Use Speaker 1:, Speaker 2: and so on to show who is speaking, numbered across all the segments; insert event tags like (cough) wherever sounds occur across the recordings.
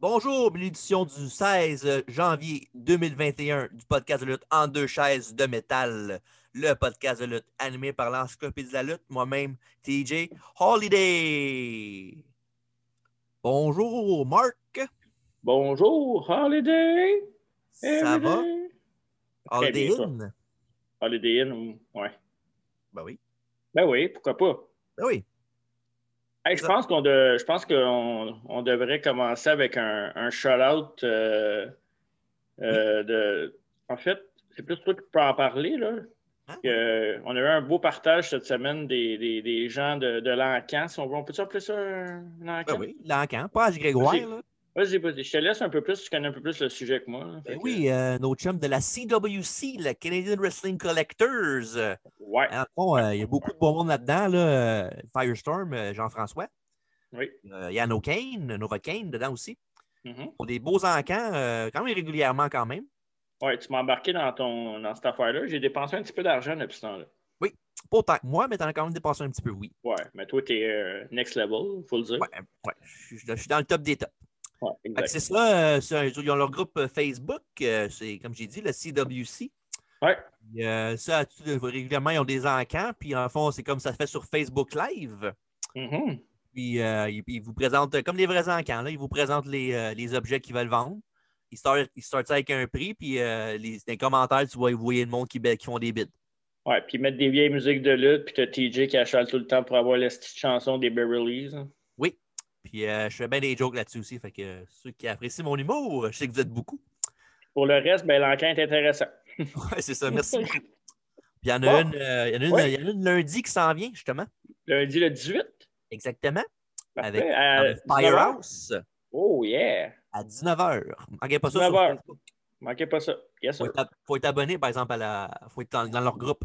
Speaker 1: Bonjour, l'édition du 16 janvier 2021 du podcast de lutte en deux chaises de métal. Le podcast de lutte animé par l'Encyclopédie de la lutte, moi-même, TJ Holiday. Bonjour,
Speaker 2: Eh
Speaker 1: Marc.
Speaker 2: Bonjour, Holiday.
Speaker 1: Ça va?
Speaker 2: Très
Speaker 1: Holiday
Speaker 2: eh bien, toi.
Speaker 1: in?
Speaker 2: Holiday Inn, ou- ouais.
Speaker 1: Ben oui.
Speaker 2: Ben oui, pourquoi pas?
Speaker 1: Ben oui.
Speaker 2: Hey, je pense qu'on de- je pense qu'on on devrait commencer avec un, un shout-out euh, euh, de. En fait, c'est plus toi qui peux en parler, là.
Speaker 1: Hein?
Speaker 2: Que- on a eu un beau partage cette semaine des, des- des gens de, de l'encan. Si on, veut- on peut appeler ça un un encan?
Speaker 1: Ben oui, l'encan. Pas H. Grégoire,
Speaker 2: Vas-y.
Speaker 1: là.
Speaker 2: Vas-y, vas-y. Je te laisse un peu plus, tu connais un peu plus le sujet que moi. là. Fait
Speaker 1: Ben
Speaker 2: que-
Speaker 1: oui, euh, nos chums de la CWC, la Canadian Wrestling Collectors. Euh,
Speaker 2: Ouais.
Speaker 1: En fond, euh, il y a beaucoup de bon monde là-dedans. Là. Euh, Firestorm, euh, Jean-François.
Speaker 2: Oui.
Speaker 1: Euh, Il y a No Kane, Nova Kane dedans aussi.
Speaker 2: Mhm.
Speaker 1: Ils ont des beaux encans, euh, quand même régulièrement quand même.
Speaker 2: Ouais, tu m'as embarqué dans, ton, dans cette affaire-là. J'ai dépensé un petit peu d'argent depuis ce temps-là.
Speaker 1: Pas autant que moi, mais t'en as quand même dépassé un petit peu, oui.
Speaker 2: Ouais, mais toi, t'es euh, next level, faut le dire.
Speaker 1: Ouais, euh, ouais. Je, suis- je suis dans le top des tops.
Speaker 2: Ouais,
Speaker 1: Fait que
Speaker 2: exact.
Speaker 1: C'est ça, euh, c'est un- ils ont leur groupe euh, Facebook, euh, c'est comme j'ai dit, le CWC.
Speaker 2: Ouais.
Speaker 1: Puis, euh, ça, tu- régulièrement, ils ont des encans, puis en fond, c'est comme ça se fait sur Facebook Live.
Speaker 2: Mhm.
Speaker 1: Puis euh, ils, ils vous présentent, euh, comme les vrais encans, là, ils vous présentent les, euh, les objets qu'ils veulent vendre. Ils sortent, ils sortent ça avec un prix, puis euh, les, dans les commentaires, tu vois, vous voyez le monde qui, be- qui font des bids.
Speaker 2: Ouais, puis mettre des vieilles musiques de lutte, puis t'as TJ qui achale tout le temps pour avoir la petite chanson des hein. Beverly's.
Speaker 1: Puis euh, je fais bien des jokes là-dessus aussi. Fait que euh, ceux qui apprécient mon humour, je sais que vous êtes beaucoup. (laughs)
Speaker 2: Pour le reste, ben, l'enquin est intéressant.
Speaker 1: Ouais, c'est ça,
Speaker 2: (laughs)
Speaker 1: merci. Puis il y en a
Speaker 2: Bon.
Speaker 1: une, euh, il y en a une-
Speaker 2: Ouais.
Speaker 1: il y en a une lundi qui s'en vient, justement.
Speaker 2: Lundi le 18.
Speaker 1: Exactement.
Speaker 2: Parfait.
Speaker 1: Avec-
Speaker 2: À
Speaker 1: Dans le
Speaker 2: 19 Euh, heures.
Speaker 1: Firehouse
Speaker 2: Oh yeah.
Speaker 1: à 19h. Manquez pas ça
Speaker 2: 19
Speaker 1: sur
Speaker 2: heures.
Speaker 1: Facebook.
Speaker 2: Manquez pas ça. Yes,
Speaker 1: Faut
Speaker 2: sir.
Speaker 1: être, ab- faut être abonné, par exemple, à la... faut être dans, dans leur groupe.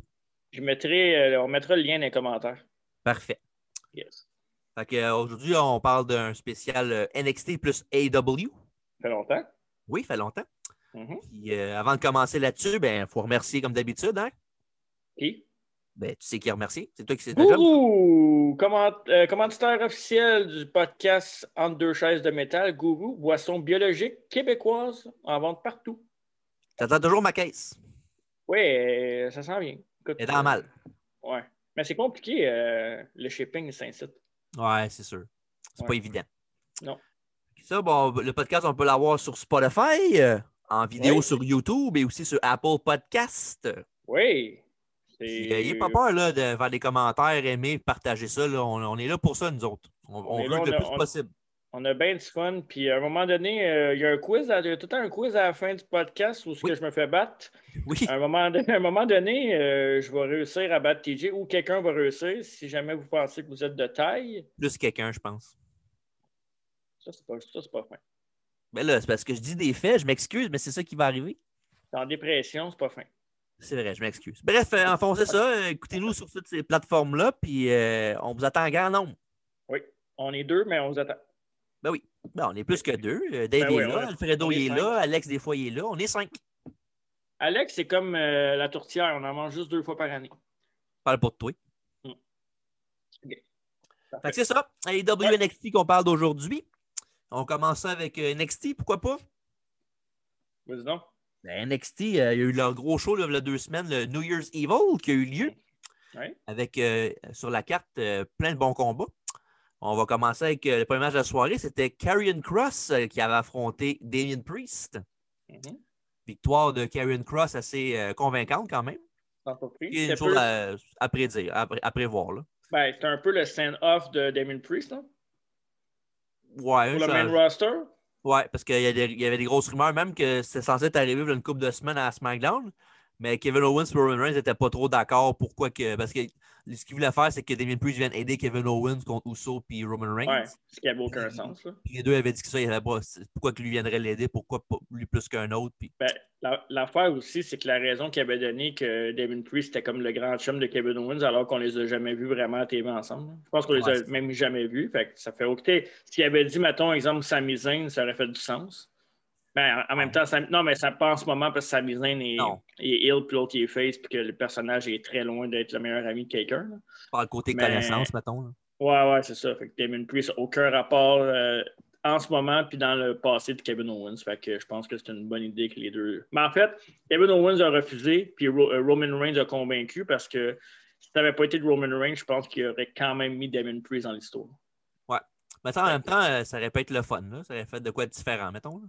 Speaker 2: Je mettrai, euh, on mettra le lien dans les commentaires.
Speaker 1: Parfait.
Speaker 2: Yes.
Speaker 1: Fait que, euh, aujourd'hui, on parle d'un spécial euh, NXT plus AW.
Speaker 2: Ça fait longtemps.
Speaker 1: Oui, ça fait longtemps.
Speaker 2: Mhm.
Speaker 1: Puis, euh, avant de commencer là-dessus, il ben, faut remercier comme d'habitude. Hein?
Speaker 2: Puis,
Speaker 1: Ben, tu sais qui remercier. C'est toi qui sais ta job.
Speaker 2: Gourou, comment, euh, commanditaire officiel du podcast Entre deux chaises de métal, Gourou, boisson biologique québécoise en vente partout.
Speaker 1: J'attends toujours ma caisse.
Speaker 2: Oui, euh, ça sent bien. Écoute,
Speaker 1: Elle est dans mal.
Speaker 2: euh, ouais. Mais c'est compliqué, euh, le shipping, c'est ainsi.
Speaker 1: Ouais, c'est sûr. C'est pas
Speaker 2: Ouais.
Speaker 1: évident.
Speaker 2: Non.
Speaker 1: Ça, bon, le podcast, on peut l'avoir sur Spotify, euh, en vidéo
Speaker 2: Oui.
Speaker 1: sur YouTube et aussi sur Apple Podcast.
Speaker 2: Oui. C'est-
Speaker 1: Puis, euh, Ayez pas peur là, de faire des commentaires, aimer, partager ça. là. On, on est là pour ça, nous autres. On, on
Speaker 2: est
Speaker 1: veut
Speaker 2: là, on
Speaker 1: le
Speaker 2: a-
Speaker 1: plus
Speaker 2: on-
Speaker 1: possible.
Speaker 2: On a bien du fun. Puis à un moment donné, euh, il y a un quiz, à- il y a tout le temps un quiz à la fin du podcast où ce
Speaker 1: Oui.
Speaker 2: que je me fais battre.
Speaker 1: Oui,
Speaker 2: À un moment donné, à un moment donné, euh, je vais réussir à battre TJ ou quelqu'un va réussir si jamais vous pensez que vous êtes de taille.
Speaker 1: plus quelqu'un, je pense.
Speaker 2: Ça, c'est pas, ça, c'est pas fin.
Speaker 1: Mais Ben là, c'est parce que je dis des faits, je m'excuse, mais c'est ça qui va arriver.
Speaker 2: T'es en dépression, c'est pas fin.
Speaker 1: C'est vrai, je m'excuse. Bref, euh, enfoncez ça. euh, Écoutez-nous sur toutes ces plateformes-là, puis euh, on vous attend en grand nombre.
Speaker 2: On est deux, mais on vous attend.
Speaker 1: Ben, on est plus que deux. Euh, Dave
Speaker 2: Ben oui,
Speaker 1: est
Speaker 2: on
Speaker 1: là,
Speaker 2: est-
Speaker 1: Alfredo
Speaker 2: on est
Speaker 1: est là, Alex, des fois, il est là. On est cinq.
Speaker 2: Alex, c'est comme euh, la tourtière, on en mange juste deux fois par année.
Speaker 1: Parle pour toi.
Speaker 2: Mm. Ok.
Speaker 1: Fait que c'est ça. Les WNXT qu'on parle d'aujourd'hui. On commence ça avec euh, NXT, pourquoi pas?
Speaker 2: Vas-y donc.
Speaker 1: Ben, NXT, euh, il y a eu leur gros show là, il y a deux semaines, le New Year's Evil, qui a eu lieu.
Speaker 2: Ouais.
Speaker 1: Avec euh, sur la carte euh, plein de bons combats. On va commencer avec euh, le premier match de la soirée. C'était Karrion Cross qui avait affronté Damien Priest.
Speaker 2: Mhm.
Speaker 1: Victoire de Karrion Cross assez euh, convaincante quand même.
Speaker 2: Sans surprise.
Speaker 1: Et une
Speaker 2: C'était
Speaker 1: chose
Speaker 2: peu-
Speaker 1: à, à prédire, à, pré- à prévoir. Là.
Speaker 2: ben, c'était un peu le stand-off de Damien Priest, non?
Speaker 1: Ouais,
Speaker 2: Pour le
Speaker 1: ça-
Speaker 2: main roster.
Speaker 1: ouais, parce qu'il y, a des- il y avait des grosses rumeurs, même que c'était censé être arrivé il y a une couple de semaines à SmackDown, mais Kevin Owens et Roman Reigns n'étaient pas trop d'accord. Pourquoi que. Parce que ce qu'ils voulaient faire, c'est que Damien Priest vienne aider Kevin Owens contre Uso puis Roman Reigns.
Speaker 2: Ouais, ce qui n'avait aucun sens. là.
Speaker 1: Puis les deux avaient dit que ça, il y avait pas- pourquoi que lui viendrait l'aider, pourquoi pas lui plus qu'un autre. Puis...
Speaker 2: Ben, la- L'affaire aussi, c'est que la raison qu'il avait donnée que Damien Priest était comme le grand chum de Kevin Owens, alors qu'on les a jamais vus vraiment à TV ensemble. là. Je pense qu'on les
Speaker 1: Ouais,
Speaker 2: a
Speaker 1: c'est-
Speaker 2: même jamais vus. Fait que ça fait OK. S'il avait dit, mettons, exemple, Sami Zayn, ça aurait fait du sens. Ben, en en même
Speaker 1: Ouais.
Speaker 2: temps, Sami- non, mais ça pas en ce moment parce que Sami Zayn est,
Speaker 1: Non.
Speaker 2: est ill, puis l'autre il est face, puis que le personnage est très loin d'être le meilleur ami de quelqu'un. là.
Speaker 1: Par le côté
Speaker 2: Mais-
Speaker 1: connaissance, mettons. là.
Speaker 2: Ouais, ouais, c'est ça. Fait que Damien Priest, aucun rapport euh, en ce moment puis dans le passé de Kevin Owens. Fait que je pense que c'est une bonne idée que les deux. Mais en fait, Kevin Owens a refusé, puis euh, Roman Reigns a convaincu parce que si ça n'avait pas été de Roman Reigns, je pense qu'il aurait quand même mis Damien Priest dans l'histoire.
Speaker 1: Ouais. Mais ça, en même temps, euh, ça aurait pas été le fun. Là. Ça aurait fait de quoi de différent, mettons. Là.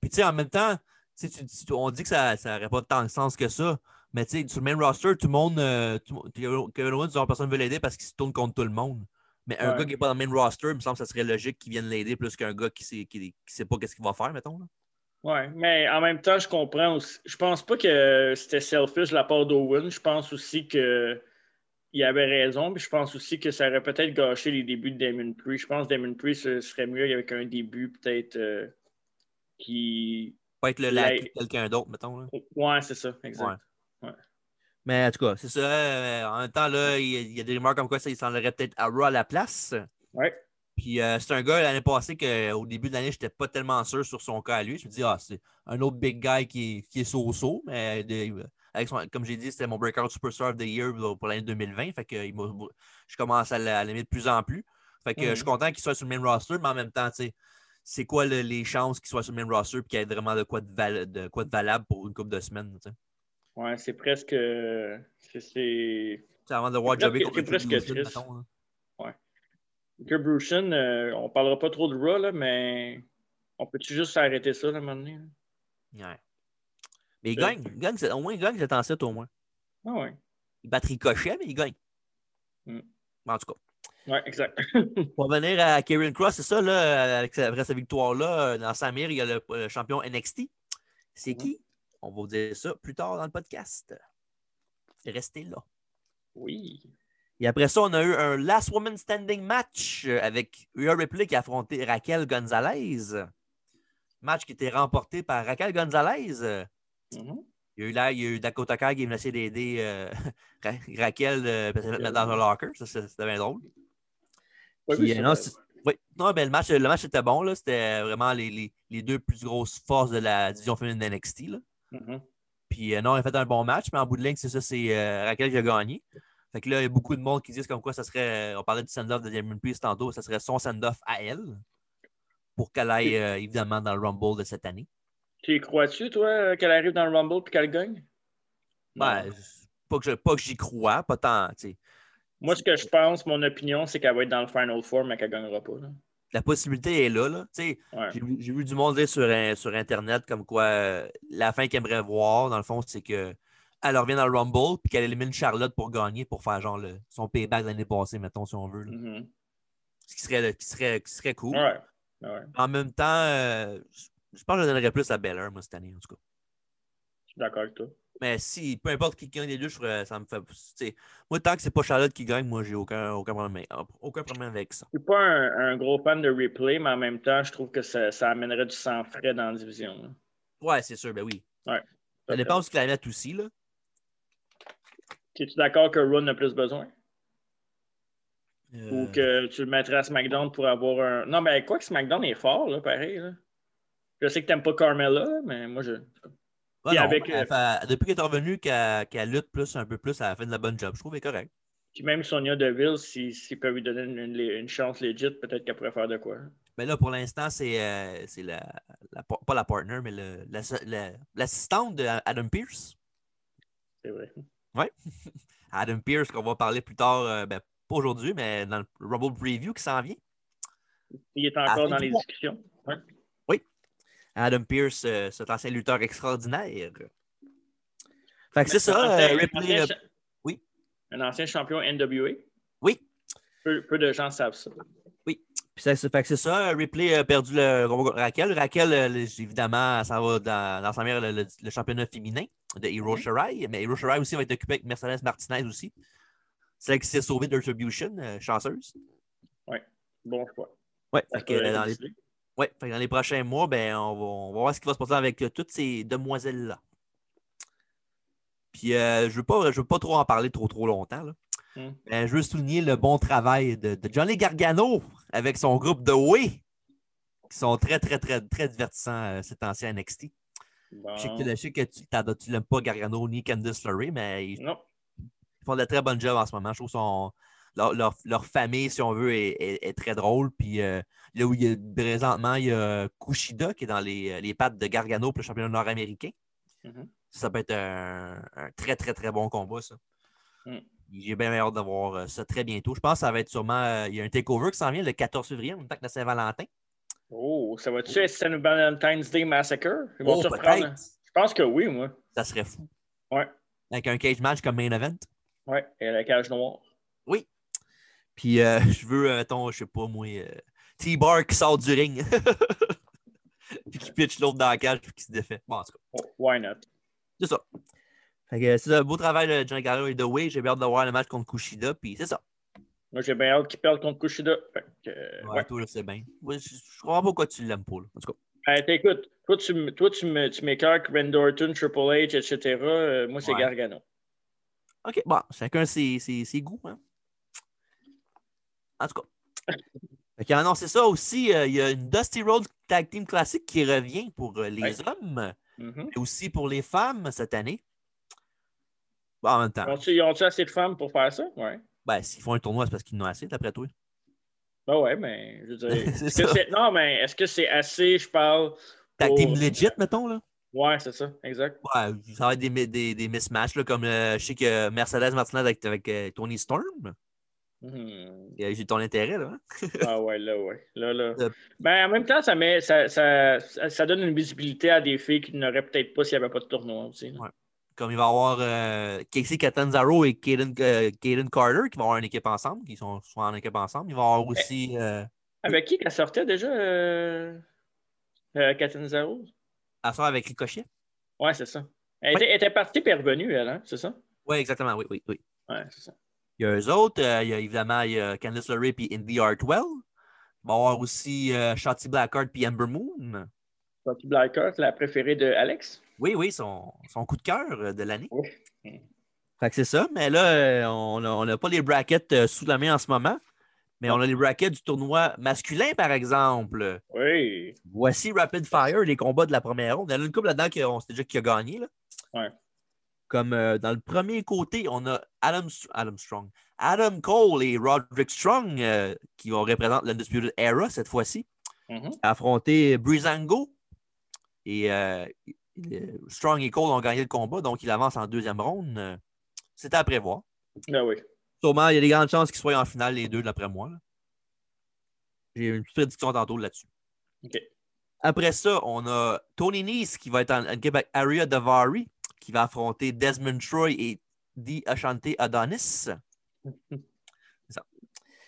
Speaker 1: Puis tu sais, en même temps, tu, tu, on dit que ça n'aurait pas tant de sens que ça. Mais tu sais, sur le même roster, tout le monde, euh, tout, Kevin Owens, genre, personne ne veut l'aider parce qu'il se tourne contre tout le monde. Mais un ouais. gars qui n'est pas dans le même roster, il me semble que ça serait logique qu'il vienne l'aider plus qu'un gars qui ne sait, qui, qui sait pas qu'est-ce qu'il va faire, mettons. Là.
Speaker 2: Ouais, mais en même temps, je comprends aussi. Je pense pas que c'était selfish de la part d'Owen. Je pense aussi que il avait raison. Puis je pense aussi que ça aurait peut-être gâché les débuts de Damon Priest. Je pense que Damon Priest euh, serait mieux avec un début peut-être euh, qui.
Speaker 1: Pas être le lac de quelqu'un d'autre, mettons. Là.
Speaker 2: Ouais, c'est ça, exact. Ouais. Ouais.
Speaker 1: Mais en tout cas, c'est ça. Euh, en même temps, là, il y, a, il y, a des rumeurs comme quoi ça, il s'enlèverait peut-être à Raw à la place.
Speaker 2: Ouais.
Speaker 1: Puis euh, c'est un gars l'année passée qu'au début de l'année, je n'étais pas tellement sûr sur son cas à lui. Je me dis, ah, c'est un autre big guy qui, qui est so-so. Mais de, avec son, comme j'ai dit, c'était mon breakout superstar of the year pour l'année 2020. Fait que je commence à l'aimer de plus en plus. Fait que mm -hmm. je
Speaker 2: Mhm.
Speaker 1: suis content qu'il soit sur le même roster, mais en même temps, c'est quoi le, les chances qu'il soit sur le même roster et qu'il y ait vraiment de quoi de, val, de quoi de, valable pour une couple de semaines? T'sais.
Speaker 2: Ouais, c'est presque. euh, C'est.
Speaker 1: Avant de voir Jobby
Speaker 2: C'est presque triste. Ouais. Que Bruchin, euh, on parlera pas trop de Raw, là, mais on peut-tu juste arrêter ça là, maintenant?
Speaker 1: Là? Ouais. Mais il gagne, il gagne, au moins il gagne, c'est en 7 au moins.
Speaker 2: Ah ouais.
Speaker 1: Il bat ricochet, mais il gagne.
Speaker 2: Mm.
Speaker 1: En tout cas.
Speaker 2: Ouais, exact.
Speaker 1: Pour revenir à Kieran Cross, c'est ça, là, avec sa, après sa victoire-là, euh, dans Samir, il y a le, euh, le champion NXT. C'est mm. qui? On va vous dire ça plus tard dans le podcast. Restez là.
Speaker 2: Oui.
Speaker 1: Et après ça, on a eu un Last Woman Standing match euh, avec Rhea Ripley qui a affronté Raquel Gonzalez. Match qui était remporté par Raquel Gonzalez. euh,
Speaker 2: Mm -hmm.
Speaker 1: Il y a eu là, il y a eu Dakota Kai qui est venu essayer d'aider euh, (laughs) Ra Raquel euh, parce qu'elle dans un locker. Ça, c'était bien drôle.
Speaker 2: Ouais,
Speaker 1: Puis, euh, non, oui, non, ben, le, match, le match était bon. C'était vraiment les, les, les, deux plus grosses forces de la division féminine de NXT. Là.
Speaker 2: Mm -hmm.
Speaker 1: Puis euh, non, elle a fait un bon match, mais en bout de ligne, c'est ça, c'est euh, Raquel qui a gagné. Fait que là, il y a beaucoup de monde qui disent comme quoi ça serait, on parlait du send-off de Damien Priest tantôt, ça serait son send-off à elle pour qu'elle aille euh, évidemment dans le Rumble de cette année.
Speaker 2: Tu crois-tu, toi, euh, qu'elle arrive dans le Rumble puis qu'elle gagne?
Speaker 1: Ben, pas que, pas que j'y crois, pas tant. T'sais.
Speaker 2: Moi, ce que je pense, mon opinion, c'est qu'elle va être dans le Final Four, mais qu'elle gagnera pas. Là
Speaker 1: la possibilité est là. là. Ouais. J'ai vu du monde dire sur, sur Internet comme quoi euh, la fin qu'ils aimeraient voir, dans le fond, c'est qu'elle revient dans le Rumble puis qu'elle élimine Charlotte pour gagner, pour faire genre le, son payback l'année passée, mettons, si on veut. Là.
Speaker 2: Mm -hmm.
Speaker 1: Ce qui serait, qui serait, qui serait cool.
Speaker 2: Ouais. Ouais.
Speaker 1: En même temps, euh, je pense que je donnerais plus à Belair, moi, cette année, en tout cas.
Speaker 2: Je suis d'accord avec toi.
Speaker 1: Mais si, peu importe qui gagne les deux, je ferais, ça me fait. T'sais, moi, tant que c'est pas Charlotte qui gagne, moi, j'ai aucun, aucun, problème, aucun problème avec ça.
Speaker 2: Je suis pas un, un, gros fan de replay, mais en même temps, je trouve que ça, ça amènerait du sang frais dans la division. Là.
Speaker 1: Ouais, c'est sûr, ben oui.
Speaker 2: Ouais,
Speaker 1: ça dépend où ce qu'ils la mettent aussi. là.
Speaker 2: Es-tu d'accord que Ron a plus besoin? Euh... Ou que tu le mettrais à SmackDown pour avoir un. Non, mais quoi que SmackDown est fort, là, pareil. Là. Je sais que t'aimes pas Carmella, mais moi, je.
Speaker 1: Ah non, avec, elle, elle, depuis qu'elle est revenue, qu'elle qu lutte plus, un peu plus, elle a fait de la bonne job. Je trouve qu'elle est correcte.
Speaker 2: Puis même Sonia Deville, s'ils si, si peuvent lui donner une, une, une chance légitime, peut-être qu'elle pourrait faire de quoi.
Speaker 1: Mais là, pour l'instant, c'est euh, la, la, pas la partner, mais l'assistante la, d'Adam Pierce.
Speaker 2: C'est vrai.
Speaker 1: Oui. Adam Pierce, qu'on va parler plus tard, euh, ben, pas aujourd'hui, mais dans le Rumble Preview qui s'en vient.
Speaker 2: Il
Speaker 1: Ah,
Speaker 2: est encore dans les mois. discussions. Hein?
Speaker 1: Adam Pierce, euh, cet ancien lutteur extraordinaire. Fait que c'est ça, euh, Ripley.
Speaker 2: Ancien, oui. Un ancien champion NWA.
Speaker 1: Oui.
Speaker 2: Peu, peu de gens savent ça.
Speaker 1: Oui. Puis ça, fait que c'est ça, Ripley a perdu le Raquel. Raquel, euh, évidemment, ça va dans, dans sa mère le, le, le, championnat féminin de Hiro Shirai. Mais Hiro Shirai aussi va être occupé avec Mercedes Martinez aussi. Celle qui s'est sauvée de Retribution, euh, chanceuse.
Speaker 2: Oui. Bon choix.
Speaker 1: Oui, fait que dans les. Oui, dans les prochains mois, ben, on, va, on va voir ce qui va se passer avec euh, toutes ces demoiselles-là. Puis euh, je ne veux, veux, pas trop en parler trop trop longtemps. Là.
Speaker 2: Mm.
Speaker 1: Ben, je veux souligner le bon travail de, de, Johnny Gargano avec son groupe de Way, qui sont très, très, très, très divertissants euh, cet ancien NXT.
Speaker 2: Bon.
Speaker 1: Je, sais que, je sais que, tu ne l'aimes pas Gargano ni Candice Lurie, mais ils,
Speaker 2: non.
Speaker 1: ils, font de très bonnes jobs en ce moment. Je trouve son, leur, leur, leur, famille, si on veut, est, est, est très drôle. Puis euh, là où il y a, présentement, il y a Kushida qui est dans les, les pattes de Gargano pour le championnat nord-américain. Mm -hmm. Ça peut être un, un, très, très, très bon combat, ça. Mm. J'ai bien hâte d'avoir ça très bientôt. Je pense que ça va être sûrement. Euh, il y a un takeover qui s'en vient le 14 février, en même temps que la Saint-Valentin.
Speaker 2: Oh, ça va-tu être Saint Valentine's Day Massacre? Ils vont oh, surprendre. Je pense que oui, moi.
Speaker 1: Ça serait fou.
Speaker 2: Ouais.
Speaker 1: Avec un cage match comme main event.
Speaker 2: Ouais, et la cage noire.
Speaker 1: Oui. Puis euh, (laughs) je veux, euh, ton, je sais pas moi, euh, T-Bar qui sort du ring. (laughs) puis qui pitch l'autre dans la cage puis qui se défait. Bon, en tout cas.
Speaker 2: Oh, why not?
Speaker 1: C'est ça. Fait que c'est un beau travail de John Garrick et The Way. J'ai bien hâte de voir le match contre Kushida, puis c'est ça.
Speaker 2: Moi, j'ai bien hâte qu'il perde contre Kushida. Fait que, euh, ouais, ouais.
Speaker 1: Toi, je sais bien. Ouais, je, je, comprends pas pourquoi tu l'aimes pas, là. En tout cas.
Speaker 2: Euh, écoute, toi, tu, toi, tu m'écœures tu Randy Orton, Triple H, etc. Euh, moi, c'est ouais. Gargano.
Speaker 1: OK, bon, chacun ses, ses, ses goûts. Hein. En tout cas.
Speaker 2: (laughs)
Speaker 1: fait a annoncé ça aussi. euh, Il y a une Dusty Road Tag Team classique qui revient pour euh, les hommes, mm
Speaker 2: Mm-hmm.
Speaker 1: -hmm. mais aussi pour les femmes cette année. Bon, en même temps.
Speaker 2: Ils ont-ils ont assez de femmes pour faire ça? Ouais.
Speaker 1: Ben, s'ils font un tournoi, c'est parce qu'ils n'ont assez, d'après toi.
Speaker 2: Ben ouais, mais je veux (laughs) dire. est-ce que est... Non, mais est-ce que c'est assez, je parle.
Speaker 1: T'as pour... team legit, mettons, là?
Speaker 2: Ouais, c'est ça, exact.
Speaker 1: Ouais, ça va être des, des, des mismatchs, là, comme euh, je sais que Mercedes Martinez avec, avec euh, Tony Storm. Hmm. J'ai ton intérêt, là.
Speaker 2: Hein? Mm-hmm. ah ouais, là, ouais. Là, (laughs) là. Ben, en même temps, ça, met, ça, ça, ça donne une visibilité à des filles qui n'auraient peut-être pas s'il n'y avait pas de tournoi aussi. Là.
Speaker 1: Ouais comme il va y avoir euh, Casey Catanzaro et Kaden, euh, Carter qui vont avoir une équipe ensemble, qui sont, sont en équipe ensemble. Il va y avoir aussi. Euh...
Speaker 2: Avec qui qu'elle sortait déjà euh, Catanzaro
Speaker 1: Elle sort avec Ricochet.
Speaker 2: Ouais, c'est ça. Elle, ouais. Était, elle, Était, partie et revenue, elle, hein? c'est ça
Speaker 1: Oui, exactement, oui, oui. oui.
Speaker 2: Ouais, c'est ça.
Speaker 1: Il y a eux autres, euh, il y a évidemment il y a Candice LeRae et Indy Hartwell. Il va y avoir aussi euh, Shotty Blackheart et Amber Moon.
Speaker 2: Shotty Blackheart, la préférée de Alex
Speaker 1: oui, oui, son, son, coup de cœur euh, de l'année. Oui. Fait que c'est ça, mais là, euh, on n'a pas les brackets euh, sous la main en ce moment, mais on a les brackets du tournoi masculin, par exemple.
Speaker 2: Oui.
Speaker 1: Voici Rapid Fire, les combats de la première ronde. Il y en a une couple là-dedans qu'on sait déjà qui a gagné. Là.
Speaker 2: Ouais.
Speaker 1: Comme euh, dans le premier côté, on a Adam, Adam Strong. Adam Cole et Roderick Strong euh, qui vont représenter l'Undisputed Era cette fois-ci.
Speaker 2: Mm -hmm.
Speaker 1: Affronter Brizango et euh, Strong et Cole ont gagné le combat, donc il avance en deuxième ronde. C'était à prévoir.
Speaker 2: Ben oui.
Speaker 1: Sûrement, il y a des grandes chances qu'ils soient en finale les deux, d'après moi. J'ai une petite prédiction tantôt là-dessus.
Speaker 2: Okay.
Speaker 1: Après ça, on a Tony Nice qui va être en, en Québec Area Davari, qui va affronter Desmond Troy et The Ashante Adonis.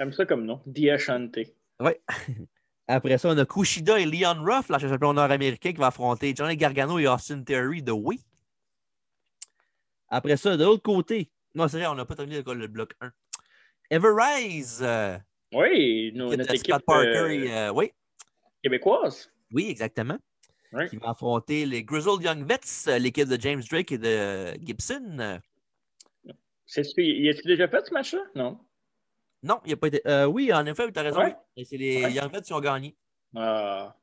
Speaker 2: J'aime ça comme nom, The Ashante.
Speaker 1: Oui. Après ça, on a Kushida et Leon Ruff, l'ancien champion nord-américain, qui va affronter Johnny Gargano et Austin Theory de Way. Après ça, de l'autre côté, non, c'est vrai, on n'a pas terminé le, le bloc 1. Everrise. Euh,
Speaker 2: oui, nous, notre équipe.
Speaker 1: Scott Parker euh, et, euh, oui.
Speaker 2: Québécoise.
Speaker 1: Oui, exactement. Oui. Qui va affronter les Grizzled Young Vets, euh, l'équipe de James Drake et de Gibson.
Speaker 2: C'est Y a-tu déjà fait ce match-là? Non.
Speaker 1: Non, il n'a pas été. Euh, oui, en effet, tu as raison. Ouais. C'est les ouais. Young Vets qui ont gagné.
Speaker 2: Ah.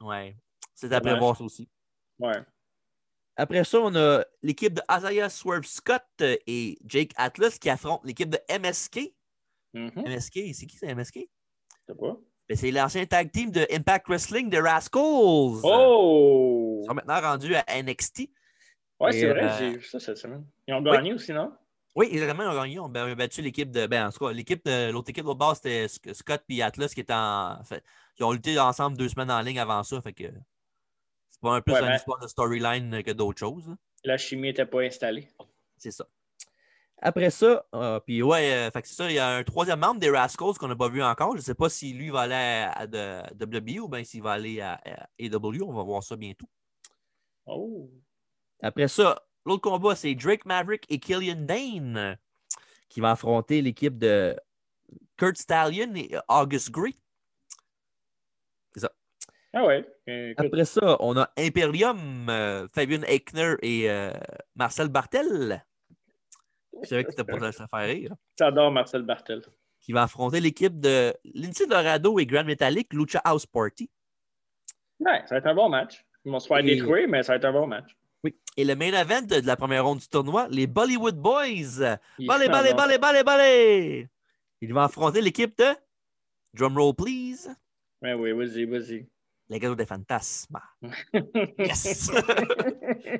Speaker 1: Uh, ouais. C'est après ouais. voir ça aussi.
Speaker 2: Ouais.
Speaker 1: Après ça, on a l'équipe de Azaya Swerve Scott euh, et Jake Atlas qui affrontent l'équipe de MSK.
Speaker 2: Mm -hmm.
Speaker 1: MSK, c'est qui c'est MSK?
Speaker 2: C'est quoi?
Speaker 1: Ben, c'est l'ancien tag team de Impact Wrestling de Rascals.
Speaker 2: Oh!
Speaker 1: Ils sont maintenant rendus à NXT.
Speaker 2: Ouais, c'est vrai, euh... j'ai vu ça cette semaine. Ils ont gagné oui. aussi, non?
Speaker 1: Oui, exactement, ils ont gagné. On a battu l'équipe de. Ben, en tout cas, l'équipe de l'autre équipe de l'autre base, c'était Scott et Atlas qui étaient en. Fait, ils ont lutté ensemble deux semaines en ligne avant ça. Fait que c'est pas un plus ouais, un ben, histoire de storyline que d'autres choses. Là.
Speaker 2: La chimie n'était pas installée.
Speaker 1: C'est ça. Après ça, euh, puis ouais, euh, fait que c'est ça, il y a un troisième membre des Rascals qu'on n'a pas vu encore. Je ne sais pas si lui va aller à, WWE E ou bien s'il va aller à, à AW. On va voir ça bientôt.
Speaker 2: Oh.
Speaker 1: Après ça, L'autre combat, c'est Drake Maverick et Killian Dane qui va affronter l'équipe de Kurt Stallion et August Gray. C'est ça.
Speaker 2: Ah ouais. Euh,
Speaker 1: Après ça, on a Imperium, euh, Fabian Eichner et euh, Marcel Bartel. Je savais que c'était pour te faire rire.
Speaker 2: J'adore Marcel Bartel.
Speaker 1: Qui va affronter l'équipe de Lindsay Dorado et Grand Metallic, Lucha House Party.
Speaker 2: Ouais, ça va être un bon match. Ils vont se faire et... détruire, mais ça va être un bon match.
Speaker 1: Oui. Et le main event de la première ronde du tournoi, les Bollywood Boys. Balé, balé, balé, balé, balé. Il va affronter l'équipe de. Drumroll, please.
Speaker 2: Ouais, Ben oui, vas-y, vas-y.
Speaker 1: Les gars des Fantasmas.
Speaker 2: (laughs)
Speaker 1: yes!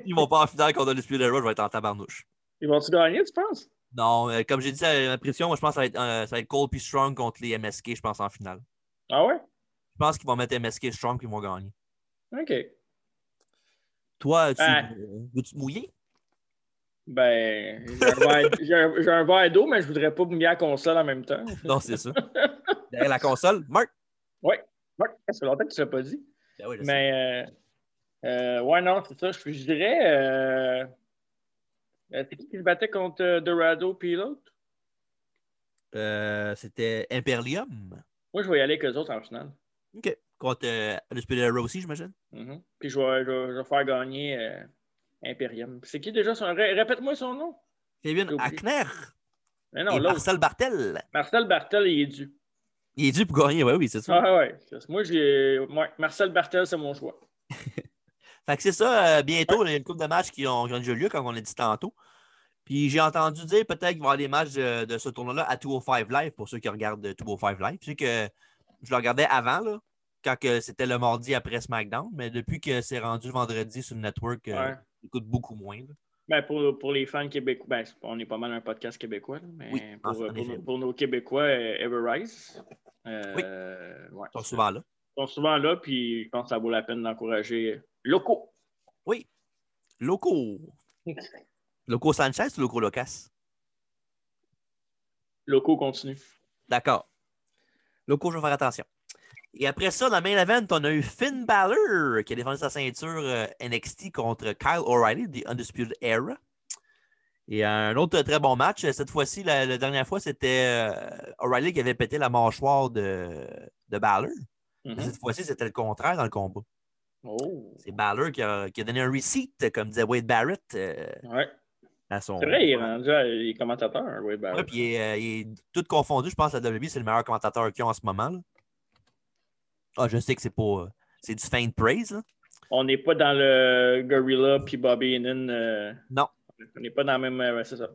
Speaker 1: Ils vont pas en finale contre le Spirit Road, je vais être en tabarnouche.
Speaker 2: (laughs) Ils vont-tu gagner, tu penses?
Speaker 1: Non, euh, comme j'ai dit à ma prévision, moi, je pense que ça va, être, euh, ça va être Cole puis Strong contre les MSK, je pense, en finale.
Speaker 2: Ah ouais?
Speaker 1: Je pense qu'ils vont mettre MSK Strong puis ils vont gagner.
Speaker 2: OK.
Speaker 1: Toi, tu,
Speaker 2: Ah.
Speaker 1: veux-tu te mouiller?
Speaker 2: Ben, j'ai un verre- j'ai un j'ai un verre d'eau, mais je voudrais pas me à la console en même temps.
Speaker 1: Non, c'est
Speaker 2: (laughs)
Speaker 1: ça. Derrière la console, Marc.
Speaker 2: Ouais, ça fait longtemps que tu l'as pas dit.
Speaker 1: Ben oui, je sais.
Speaker 2: Mais, euh, euh, ouais, non, c'est ça. Je, je dirais. Euh, euh, c'est qui qui se battait contre euh, Dorado puis l'autre?
Speaker 1: Euh, C'était Imperium
Speaker 2: Moi, je vais y aller avec eux autres en finale.
Speaker 1: contre euh, le Spirit Road aussi, j'imagine.
Speaker 2: Mhm. Puis je vais, je vais- je vais faire gagner euh, Imperium. C'est qui déjà son. ré- Répète-moi son nom. J'ai
Speaker 1: Kevin
Speaker 2: oublié.
Speaker 1: Hackner
Speaker 2: Mais non,
Speaker 1: et
Speaker 2: l'autre.
Speaker 1: Marcel Bartel.
Speaker 2: Marcel Bartel, il est dû.
Speaker 1: Il est dû pour gagner, oui, oui, c'est ça.
Speaker 2: Ah ouais. c'est- Moi, j'ai. ouais, Marcel Bartel, c'est mon choix.
Speaker 1: Fait que c'est ça, euh, bientôt, il y a une couple de matchs qui ont, qui ont déjà lieu, comme on l'a dit tantôt. Puis j'ai entendu dire peut-être qu'il va y avoir des matchs de, de ce tournoi-là à 205 Live pour ceux qui regardent euh, 205 Live. Tu sais que je le regardais avant, là, quand que c'était le mardi après SmackDown, mais depuis que c'est rendu vendredi sur le network, euh,
Speaker 2: Ouais.
Speaker 1: j'écoute beaucoup moins. là.
Speaker 2: Ben, pour, pour les fans québécois, ben, c'est- on est pas mal un podcast québécois, là, mais
Speaker 1: Oui,
Speaker 2: pour,
Speaker 1: en- en
Speaker 2: pour nos-
Speaker 1: effet.
Speaker 2: pour nos Québécois, euh, Everrise. euh,
Speaker 1: Oui.
Speaker 2: ouais.
Speaker 1: Ils sont souvent là.
Speaker 2: Ils sont souvent là, puis je pense que ça vaut la peine d'encourager locaux.
Speaker 1: Loco. Loco Sanchez ou Loco Locas?
Speaker 2: Locaux continue.
Speaker 1: D'accord. Loco, je vais faire attention. Et après ça, dans le main event, on a eu Finn Balor qui a défendu sa ceinture euh, NXT contre Kyle O'Reilly, The Undisputed Era. Et un autre très bon match. Cette fois-ci, la, la dernière fois, c'était euh, O'Reilly qui avait pété la mâchoire de, de Balor.
Speaker 2: Mhm.
Speaker 1: Mais Cette fois-ci, c'était le contraire dans le combat.
Speaker 2: Oh.
Speaker 1: C'est Balor qui a, qui a donné un receipt, comme disait Wade Barrett euh,
Speaker 2: Ouais.
Speaker 1: à son.
Speaker 2: C'est vrai, il est rendu à- il est commentateur, ben Wade Barrett.
Speaker 1: Ouais, puis il, est, euh, il est tout confondu, je pense que la WWE, c'est le meilleur commentateur qu'ils ont en ce moment. là. Ah, je sais que c'est pas. euh, c'est du faint praise. là.
Speaker 2: On n'est pas dans le Gorilla puis Bobby Heenan. euh,
Speaker 1: Non.
Speaker 2: On n'est pas dans le même. euh, ouais, c'est ça.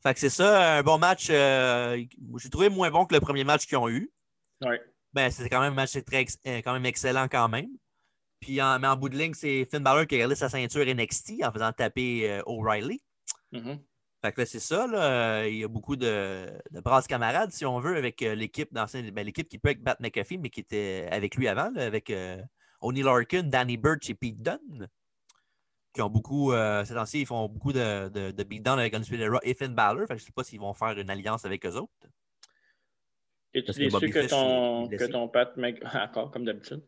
Speaker 1: Fait que c'est ça, un bon match. euh, J'ai trouvé moins bon que le premier match qu'ils ont eu.
Speaker 2: Ouais.
Speaker 1: Ben, c'était quand même un match très ex- euh, quand même excellent quand même. Puis en, mais en bout de ligne, c'est Finn Balor qui a gardé sa ceinture NXT en faisant taper euh, O'Reilly.
Speaker 2: Mhm.
Speaker 1: Fait que là, c'est ça, là, euh, il y a beaucoup de, de brasses camarades, si on veut, avec euh, l'équipe d'anciens- ben, l'équipe qui peut avec Pat McAfee, mais qui était avec lui avant, là, avec euh, O'Neill Larkin, Danny Burch et Pete Dunne, qui ont beaucoup, euh, ces temps-ci, ils font beaucoup de, de, de beatdown avec Undisputed Era et Finn Balor. Fait que je sais pas s'ils vont faire une alliance avec eux autres.
Speaker 2: Es-tu
Speaker 1: Parce que Bobby
Speaker 2: déçu que
Speaker 1: Fish
Speaker 2: ton,
Speaker 1: est
Speaker 2: que
Speaker 1: blessé.
Speaker 2: ton Pat Mc... (laughs) Encore, comme d'habitude.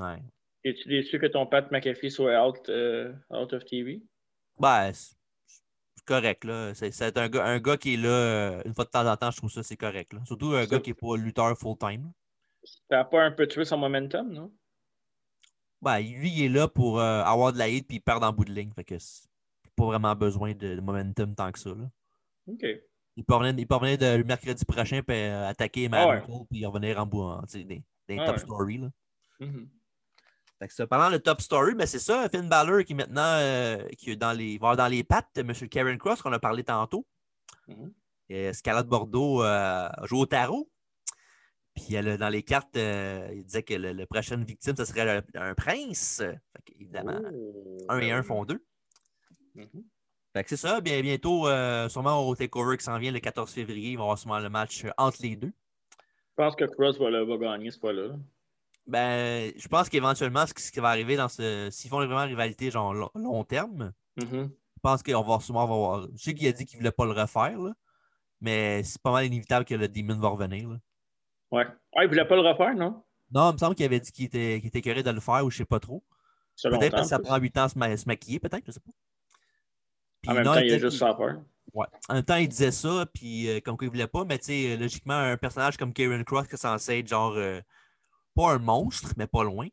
Speaker 1: Ouais.
Speaker 2: Es-tu déçu que ton Pat McAfee soit out, euh, out of TV?
Speaker 1: Ben, c'est c'est correct, là. C'est- C'est un gars, un gars qui est là, euh, une fois de temps en temps, je trouve ça, c'est correct, là. Surtout un
Speaker 2: C'est-
Speaker 1: gars qui n'est pas lutteur full-time. là.
Speaker 2: T'as pas un peu tué son momentum, non?
Speaker 1: Ben, lui, il est là pour euh, avoir de la hit puis il perd en bout de ligne. Fait que c'est pas vraiment besoin de, de momentum tant que ça. là.
Speaker 2: OK.
Speaker 1: Il peut revenir, il peut revenir de mercredi prochain puis euh, attaquer Madame
Speaker 2: Ah ouais.
Speaker 1: Cole puis revenir en bout en, tu sais, des, des
Speaker 2: Ah
Speaker 1: top
Speaker 2: ouais.
Speaker 1: story. Là.
Speaker 2: Mhm.
Speaker 1: Fait que ça, pendant le top story, mais c'est ça, Finn Balor qui maintenant euh, qui est dans les, va avoir dans les pattes de M. Karen Cross qu'on a parlé tantôt.
Speaker 2: Mhm.
Speaker 1: Et Escalade Bordeaux euh, joue au tarot. Puis elle, a- dans les cartes, euh, il disait que le- la prochaine victime, ce serait le- un prince. Fait évidemment,
Speaker 2: Oh.
Speaker 1: un et un font deux.
Speaker 2: Mhm.
Speaker 1: Fait que c'est ça, bien, bientôt, euh, sûrement au Takeover qui s'en vient le 14 février, il va y avoir sûrement le match euh, entre les deux.
Speaker 2: Je pense que Cross va, le- va gagner ce fois-là. là.
Speaker 1: Ben, je pense qu'éventuellement, ce qui ce qui va arriver dans ce. S'ils font vraiment rivalité genre long, long terme,
Speaker 2: Mhm.
Speaker 1: je pense qu'on va sûrement avoir. Je sais qu'il a dit qu'il ne voulait pas le refaire, là, mais c'est pas mal inévitable que le Demon va revenir. là.
Speaker 2: Ouais. Ah, il voulait pas le refaire, non?
Speaker 1: Non, il me semble qu'il avait dit qu'il était, qu'il était curé de le faire ou je sais pas trop.
Speaker 2: Selon
Speaker 1: Peut-être parce que ça prend 8 ans à se, ma- se maquiller, peut-être, je sais pas.
Speaker 2: En
Speaker 1: Puis
Speaker 2: même
Speaker 1: non,
Speaker 2: temps, il est
Speaker 1: était-
Speaker 2: juste sans peur.
Speaker 1: Ouais. En même temps, il disait ça, puis euh, comme quoi il voulait pas, mais tu sais, logiquement, un personnage comme Karen Cross qui est censé être genre euh, pas un monstre, mais pas loin.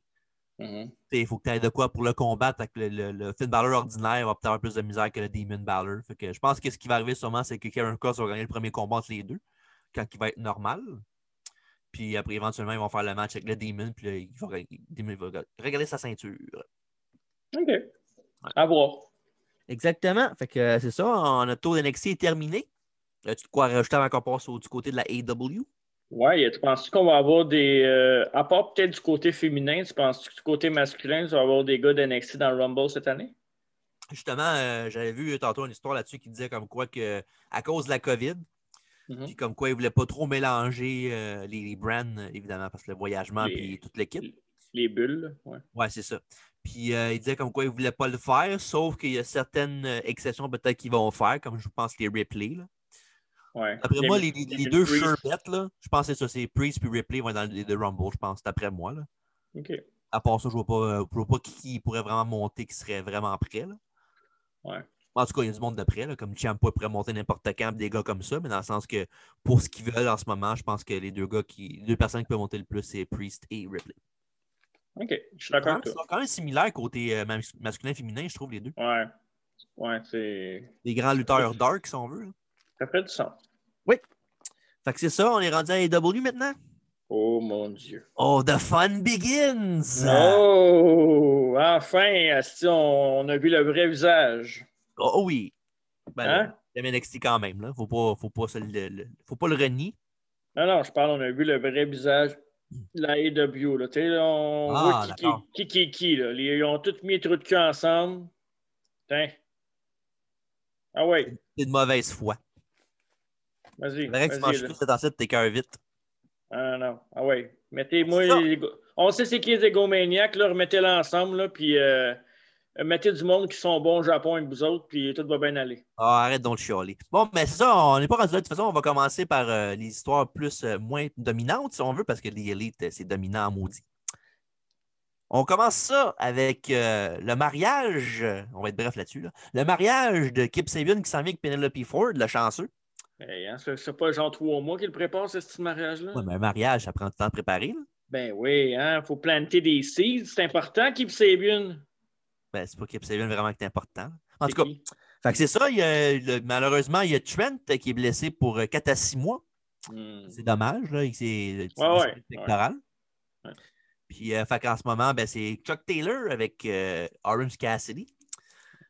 Speaker 2: Mhm.
Speaker 1: Il faut que tu aies de quoi pour le combattre. Fait que le, le, le Finn Balor ordinaire va peut-être avoir plus de misère que le Demon Balor. Fait que je pense que ce qui va arriver sûrement, c'est que Karen Cross va gagner le premier combat entre les deux, quand il va être normal. Puis après, éventuellement, ils vont faire le match avec le Demon, puis là, il va, il- Demon va regarder sa ceinture.
Speaker 2: OK. À voir.
Speaker 1: Exactement. Fait que euh, c'est ça. En- Notre tour d'NXT est terminé. As-tu de quoi rajouter avant qu'on passe au, du côté de la AW?
Speaker 2: Ouais, tu penses qu'on va avoir des. euh, à part peut-être du côté féminin, tu penses que du côté masculin, tu vas avoir des gars d'NXT dans le Rumble cette année?
Speaker 1: Justement, euh, j'avais vu tantôt une histoire là-dessus qui disait comme quoi que à cause de la COVID,
Speaker 2: Mhm.
Speaker 1: puis comme quoi ils ne voulaient pas trop mélanger euh, les, les brands, évidemment, parce que le voyagement
Speaker 2: Les-
Speaker 1: puis toute l'équipe.
Speaker 2: Les bulles, là, ouais.
Speaker 1: Ouais, c'est ça. Puis euh, il disait comme quoi il ne voulait pas le faire, sauf qu'il y a certaines euh, exceptions peut-être qu'ils vont faire, comme je pense les Ripley. là.
Speaker 2: ouais.
Speaker 1: D'après moi, les, les- les deux
Speaker 2: Priest.
Speaker 1: Sherbet, là, je pense que c'est ça, c'est Priest puis Ripley vont être dans les deux Rumble, je pense, d'après moi. Là.
Speaker 2: OK.
Speaker 1: À part ça, je ne vois pas, euh, je vois pas qui pourrait vraiment monter, qui serait vraiment prêt. Là.
Speaker 2: Ouais.
Speaker 1: En tout cas, il y a du monde de prêt, là, comme Ciampa pourrait monter n'importe quand, des gars comme ça, mais dans le sens que pour ce qu'ils veulent en ce moment, je pense que les deux gars qui, les deux personnes qui peuvent monter le plus, c'est Priest et Ripley.
Speaker 2: OK. Je suis d'accord
Speaker 1: Quand même,
Speaker 2: avec
Speaker 1: Ils
Speaker 2: toi.
Speaker 1: sont quand même similaires côté euh, mas- masculin et féminin, je trouve, les deux.
Speaker 2: Ouais. Ouais, c'est.
Speaker 1: Des grands lutteurs dark, si on veut. là.
Speaker 2: Ça fait du sens.
Speaker 1: Fait que c'est ça, on est rendu à AEW maintenant.
Speaker 2: Oh mon Dieu.
Speaker 1: Oh, the fun begins!
Speaker 2: Oh! Enfin, asti, on, on a vu le vrai visage.
Speaker 1: Oh, oh oui. Ben,
Speaker 2: Hein?
Speaker 1: le- le NXT quand même, là. Faut pas, faut pas, se le, le- faut pas le renier.
Speaker 2: Non, non, je parle, on a vu le vrai visage de la AW. Là. Tu sais, là, on
Speaker 1: Ah,
Speaker 2: voit qui-
Speaker 1: d'accord.
Speaker 2: qui qui, qui, qui, là. Les- Ils ont tous mis les trous de cul ensemble. Tiens. Ah ouais,
Speaker 1: C'est de mauvaise foi.
Speaker 2: vas-y.
Speaker 1: C'est vrai que tu manges
Speaker 2: vas-y, là.
Speaker 1: tout cet assiette, t'es cœur vite.
Speaker 2: Ah non, non. Ah ouais. Mettez-moi
Speaker 1: C'est ça.
Speaker 2: les égo- On sait c'est qui les égomaniacs, là, remettez-les ensemble, là, puis euh, mettez du monde qui sont bons au Japon avec vous autres, puis tout va bien aller.
Speaker 1: Ah, arrête donc de chialer. Bon, mais c'est ça, on n'est pas rendu là. De toute façon, on va commencer par euh, les histoires plus, euh, moins dominantes, si on veut, parce que les élites, euh, c'est dominant en maudit. On commence ça avec euh, le mariage, euh, on va être bref là-dessus, là. le mariage de Kip Sabian qui s'en vient avec Penelope Ford, le chanceux.
Speaker 2: Hey, hein, c'est c'est pas genre trois mois qui le prépare, ce petit mariage-là?
Speaker 1: Ouais, mais un mariage, ça prend du temps à préparer. là.
Speaker 2: Ben oui, hein, faut planter des seeds. C'est important, Keep Sabian.
Speaker 1: Ben, c'est pas Kip Sabian vraiment qui est important. là. En
Speaker 2: C'est
Speaker 1: tout cas,
Speaker 2: qui?
Speaker 1: Fait que c'est ça, il y a- le- malheureusement, il y a Trent euh, qui est blessé pour 4 à 6 mois.
Speaker 2: Hmm.
Speaker 1: C'est dommage, là. il- C'est le petit
Speaker 2: Ouais,
Speaker 1: blessure
Speaker 2: ouais,
Speaker 1: pectorale.
Speaker 2: ouais.
Speaker 1: Puis, euh, fait qu'en ce moment, ben, c'est Chuck Taylor avec euh, Orange Cassidy.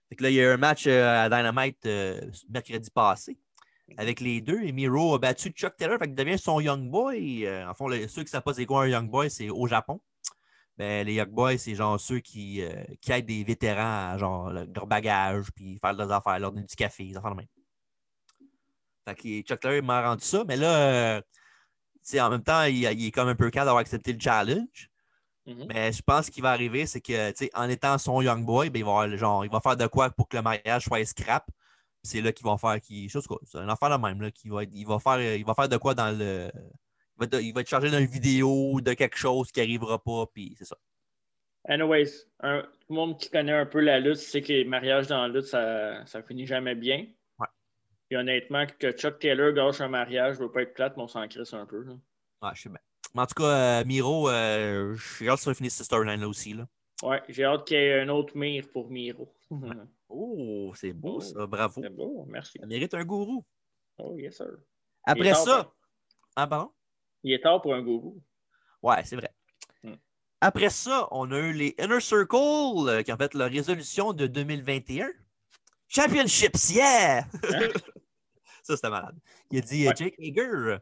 Speaker 1: Fait que là, il y a eu un match euh, à Dynamite euh, mercredi passé avec les deux. Et Miro a battu Chuck Taylor, fait qu'il devient son Young Boy. Euh, en fond, le- ceux qui ne savent pas c'est quoi un Young Boy, c'est au Japon. Ben, les Young Boys, c'est genre ceux qui, euh, qui aident des vétérans à genre le- leur bagage, puis faire leurs affaires, leur donner du café, des affaires de même. Fait que Chuck Taylor il m'a rendu ça, mais là, euh, tu sais, en même temps, il, il est comme un peu calme d'avoir accepté le challenge.
Speaker 2: Mhm.
Speaker 1: Mais je pense qu'il va arriver, c'est que, tu sais, en étant son young boy, ben, il, va avoir le genre, il va faire de quoi pour que le mariage soit scrap. Puis C'est là qu'ils vont faire, qui, chose, quoi, c'est un affaire de même, là, qu'il va, être- il, va faire, euh, il va faire de quoi dans le. Il va, être- il va être chargé d'une vidéo, ou de quelque chose qui n'arrivera pas, puis c'est ça.
Speaker 2: Anyways, un- tout le monde qui connaît un peu la lutte sait que les mariages dans la lutte, ça, ça finit jamais bien.
Speaker 1: Ouais.
Speaker 2: Puis honnêtement, que Chuck Taylor gâche un mariage, je veux pas être plate, mais on s'en crisse un peu. là.
Speaker 1: Ouais, je sais bien. Mais en tout cas, euh, Miro, euh, je suis hâte de finir cette storyline-là aussi. Là.
Speaker 2: Ouais, j'ai hâte qu'il y ait un autre mire pour Miro.
Speaker 1: Oh, c'est beau
Speaker 2: Oh.
Speaker 1: ça, bravo.
Speaker 2: C'est beau, merci.
Speaker 1: Ça mérite un gourou.
Speaker 2: Oh, yes, sir. Il est
Speaker 1: Après
Speaker 2: tard
Speaker 1: ça.
Speaker 2: pour-
Speaker 1: Ah, pardon?
Speaker 2: il est tard pour un gourou.
Speaker 1: Ouais, c'est vrai.
Speaker 2: Mm.
Speaker 1: Après ça, on a eu les Inner Circle euh, qui ont fait leur résolution de 2021. Championships,
Speaker 2: (laughs)
Speaker 1: yeah!
Speaker 2: Hein?
Speaker 1: ça, c'était malade. Il a dit euh,
Speaker 2: Ouais.
Speaker 1: Jake Hager.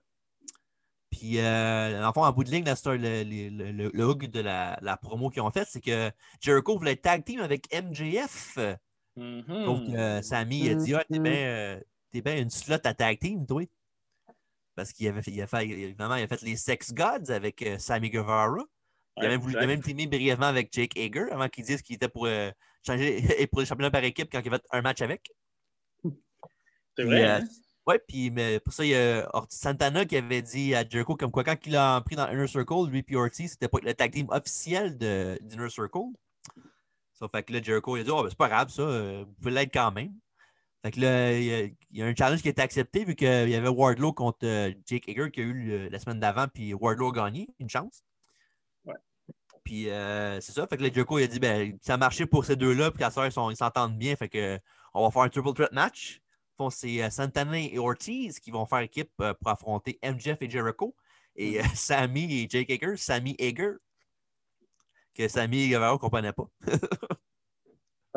Speaker 1: Puis, euh, en fond, en bout de ligne, la story- le, le- le- le- le hook de la, la promo qu'ils ont faite, c'est que Jericho voulait être tag team avec MJF.
Speaker 2: Mhm.
Speaker 1: Sauf que euh, Sammy il a dit Ah, t'es bien une slot à tag team, toi. Parce qu'il avait, fait- il a fait, évidemment, il a fait les Sex Gods avec euh, Sammy Guevara. Il a
Speaker 2: Ouais,
Speaker 1: même voulu il a
Speaker 2: exact.
Speaker 1: même teamé brièvement avec Jake Hager avant qu'il dise qu'il était pour euh, changer (laughs) et pour le championnat par équipe quand il a fait un match avec.
Speaker 2: C'est
Speaker 1: Puis,
Speaker 2: vrai.
Speaker 1: euh,
Speaker 2: hein?
Speaker 1: Ouais, puis mais pour ça, il y a Ortiz Santana qui avait dit à Jericho comme quoi, quand il l'a pris dans Inner Circle, lui puis Ortiz, c'était pas le tag team officiel de- d'Inner Circle. Ça fait que là, Jericho, il a dit Oh, ben, c'est pas grave, ça, euh, vous pouvez l'être quand même. Fait que là, il y a, il y a un challenge qui a été accepté vu qu'il y avait Wardlow contre euh, Jake Hager qui a eu le- la semaine d'avant, puis Wardlow a gagné, une chance.
Speaker 2: Ouais.
Speaker 1: Puis euh, c'est ça, fait que là, Jericho, il a dit ben, ça a marché pour ces deux-là, puis qu'à ça, ils sont- ils s'entendent bien, fait que on va faire un triple threat match fond, c'est euh, Santana et Ortiz qui vont faire équipe euh, pour affronter MJF et Jericho.
Speaker 2: Mm-hmm.
Speaker 1: Et euh, (laughs) Sammy et Jake Hager, Sammy Hager, que Sammy et Guevara ne comprenaient pas.
Speaker 2: Ça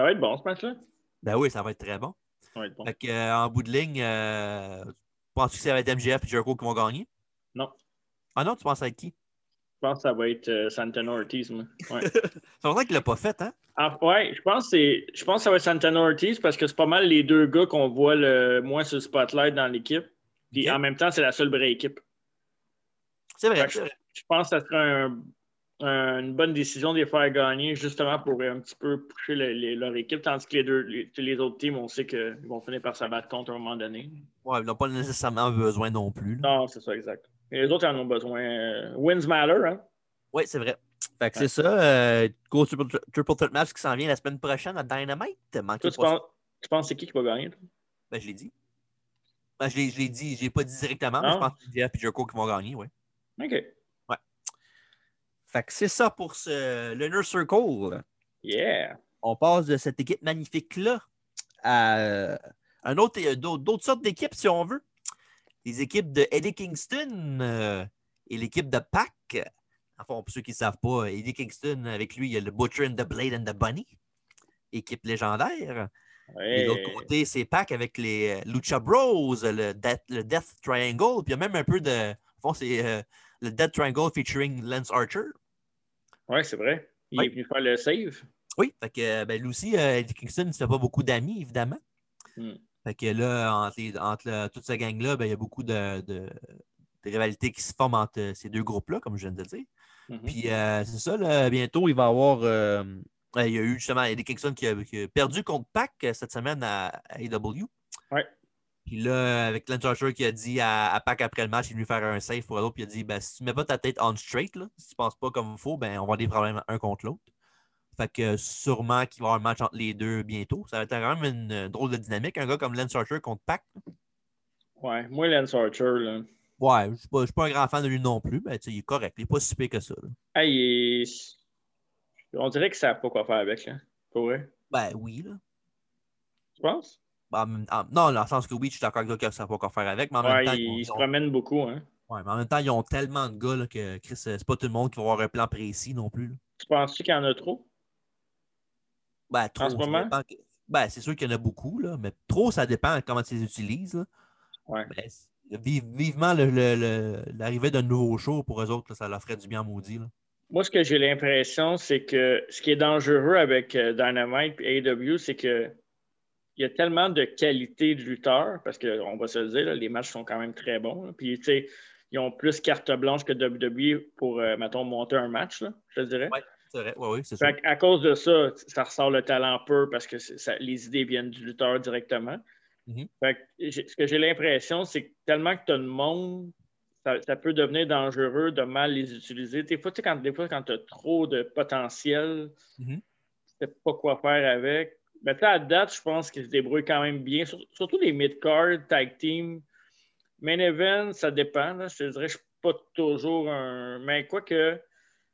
Speaker 2: va être bon ce match-là.
Speaker 1: Ben oui, ça va être très bon.
Speaker 2: Ça va être bon.
Speaker 1: Fait que, euh, en bout de ligne, euh, Penses-tu que ça va être MGF et Jericho qui vont gagner?
Speaker 2: Non.
Speaker 1: Ah non, tu penses à qui?
Speaker 2: Je pense que ça va être euh, Santana Ortiz. moi.
Speaker 1: (laughs)
Speaker 2: Ouais.
Speaker 1: C'est vrai qu'il l'a pas fait, hein?
Speaker 2: Ah, ouais, je pense que c'est- je pense que ça va être Santana Ortiz parce que c'est pas mal les deux gars qu'on voit le moins sur le spotlight dans l'équipe. Puis
Speaker 1: Ok.
Speaker 2: en même temps, c'est la seule vraie équipe.
Speaker 1: C'est vrai.
Speaker 2: Fait que
Speaker 1: c'est vrai.
Speaker 2: Je pense que ça serait un- un- une bonne décision de les faire gagner justement pour un petit peu pousser le- le- leur équipe, tandis que les deux les, les autres teams, on sait qu'ils vont finir par s'abattre contre à un moment donné.
Speaker 1: Ouais, ils n'ont pas nécessairement besoin non plus. là.
Speaker 2: Non, c'est ça, exact. Et les autres en ont besoin. Euh, wins matter, hein?
Speaker 1: Oui, c'est vrai. Fait que
Speaker 2: Ouais.
Speaker 1: c'est ça. Euh, gros triple, triple Threat match qui s'en vient la semaine prochaine à Dynamite. Manquez
Speaker 2: Toi, tu
Speaker 1: pas ça.
Speaker 2: penses, tu penses c'est qui qui va gagner? toi?
Speaker 1: Ben, je l'ai dit. Ben, je l'ai je l'ai dit, je l'ai pas dit directement, mais je
Speaker 2: Non.
Speaker 1: pense que c'est Jeff et Jericho qui vont gagner, ouais.
Speaker 2: OK.
Speaker 1: Fait que c'est ça pour ce, le Inner Circle.
Speaker 2: Yeah.
Speaker 1: On passe de cette équipe magnifique-là à euh, un autre, euh, d'autres d'autres sortes d'équipes, si on veut. Les équipes de Eddie Kingston euh, et l'équipe de Pac. Enfin, pour ceux qui ne savent pas, Eddie Kingston, avec lui, il y a le Butcher and the Blade and the Bunny. Équipe légendaire. Et
Speaker 2: Ouais.
Speaker 1: de l'autre côté, c'est Pac avec les euh, Lucha Bros, le Death, le Death Triangle. Puis il y a même un peu de. au fond, c'est euh, le Death Triangle featuring Lance Archer.
Speaker 2: Ouais, c'est vrai. Il
Speaker 1: Ouais.
Speaker 2: est venu faire le save.
Speaker 1: Oui. Fait que, euh, ben, Lucy, euh, Eddie Kingston ne se fait pas beaucoup d'amis, évidemment.
Speaker 2: Hmm.
Speaker 1: Fait que là, entre, les- entre le- toute cette gang-là, ben, il y a beaucoup de, de, de rivalités qui se forment entre ces deux groupes-là, comme je viens de le dire.
Speaker 2: Mhm.
Speaker 1: Puis euh, c'est ça, là, bientôt, il va y avoir. euh, euh, il y a eu justement Eddie Kingston qui a, qui a perdu contre Pac euh, cette semaine à, à AEW.
Speaker 2: Ouais.
Speaker 1: Puis là, avec Lance Archer qui a dit à, à Pac après le match, il est venu faire un save pour l'autre. Puis il a dit ben, si tu mets pas ta tête on straight, là, si tu penses pas comme il faut, ben, on va avoir des problèmes un contre l'autre. Fait que euh, sûrement qu'il va y avoir un match entre les deux bientôt. Ça va être quand même une euh, drôle de dynamique. Un gars comme Lance Archer contre Pac.
Speaker 2: Ouais, moi, Lance Archer, là.
Speaker 1: Ouais, je ne suis pas un grand fan de lui non plus, mais tu sais, il est correct. Il est pas si pire que ça. là.
Speaker 2: Hey, il est- on dirait qu'ils savent pas quoi faire avec, là. Pour vrai.
Speaker 1: Ben oui, là.
Speaker 2: Tu penses?
Speaker 1: En même- en- non, dans le sens que oui, je suis d'accord avec toi qu'ils ne savent pas quoi faire avec, mais en,
Speaker 2: Ouais,
Speaker 1: même temps,
Speaker 2: ils,
Speaker 1: ils
Speaker 2: se
Speaker 1: ont,
Speaker 2: promènent beaucoup, hein.
Speaker 1: ouais, mais en même temps, ils ont tellement de gars là, que Chris, euh, c'est pas tout le monde qui va avoir un plan précis non plus. là.
Speaker 2: Tu penses-tu qu'il y en a trop?
Speaker 1: Ben, trop, ça
Speaker 2: ce moment?
Speaker 1: dépend que- ben, c'est sûr qu'il y en a beaucoup, là, mais trop, ça dépend de comment tu les utilises. là.
Speaker 2: Ouais.
Speaker 1: Ben, c'est- vive- vivement le- le- le- l'arrivée d'un nouveau show pour eux autres, là, ça leur ferait du bien maudit. là.
Speaker 2: Moi, ce que j'ai l'impression, c'est que ce qui est dangereux avec euh, Dynamite et AEW, c'est que il y a tellement de qualité de lutteurs, parce qu'on va se le dire, là, les matchs sont quand même très bons. là. Puis, tu sais, ils ont plus carte blanche que WWE pour, euh, mettons, monter un match, là, je te dirais.
Speaker 1: C'est vrai, oui, oui, c'est sûr.
Speaker 2: Fait que à cause de ça, ça ressort le talent peu parce que c'est- ça- les idées viennent du lutteur directement.
Speaker 1: Mhm.
Speaker 2: Fait que j'ai- ce que j'ai l'impression, c'est que tellement que tu as de monde, ça, ça peut devenir dangereux de mal les utiliser. Des fois, tu sais, quand, des fois, quand tu as trop de potentiel,
Speaker 1: Mhm.
Speaker 2: tu sais pas quoi faire avec. Mais tu sais, à date, je pense qu'ils se débrouillent quand même bien. Sur- surtout les mid-card, tag team. Main event, ça dépend. là. Je te dirais, je suis pas toujours un. Mais quoi que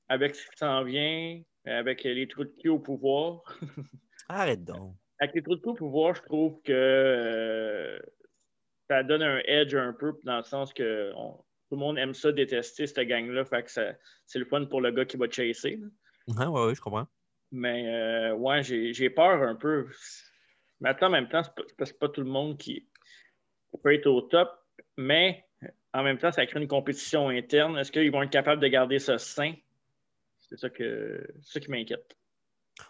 Speaker 2: avec ce qui s'en vient, avec les trous de cul au pouvoir.
Speaker 1: Arrête donc. (laughs)
Speaker 2: Avec les trous de cul au pouvoir, je trouve que euh, ça donne un edge un peu, dans le sens que on- tout le monde aime ça, détester cette gang-là. Fait que ça- c'est le fun pour le gars qui va chasser. là.
Speaker 1: Ah, ouais, ouais, je comprends.
Speaker 2: Mais euh, ouais, j'ai j'ai peur un peu. Mais attends, en même temps, c'est pas- c'est pas, c'est pas tout le monde qui peut être au top, mais en même temps, ça crée une compétition interne. Est-ce qu'ils vont être capables de garder ça sain? C'est ça, que, c'est ça qui m'inquiète.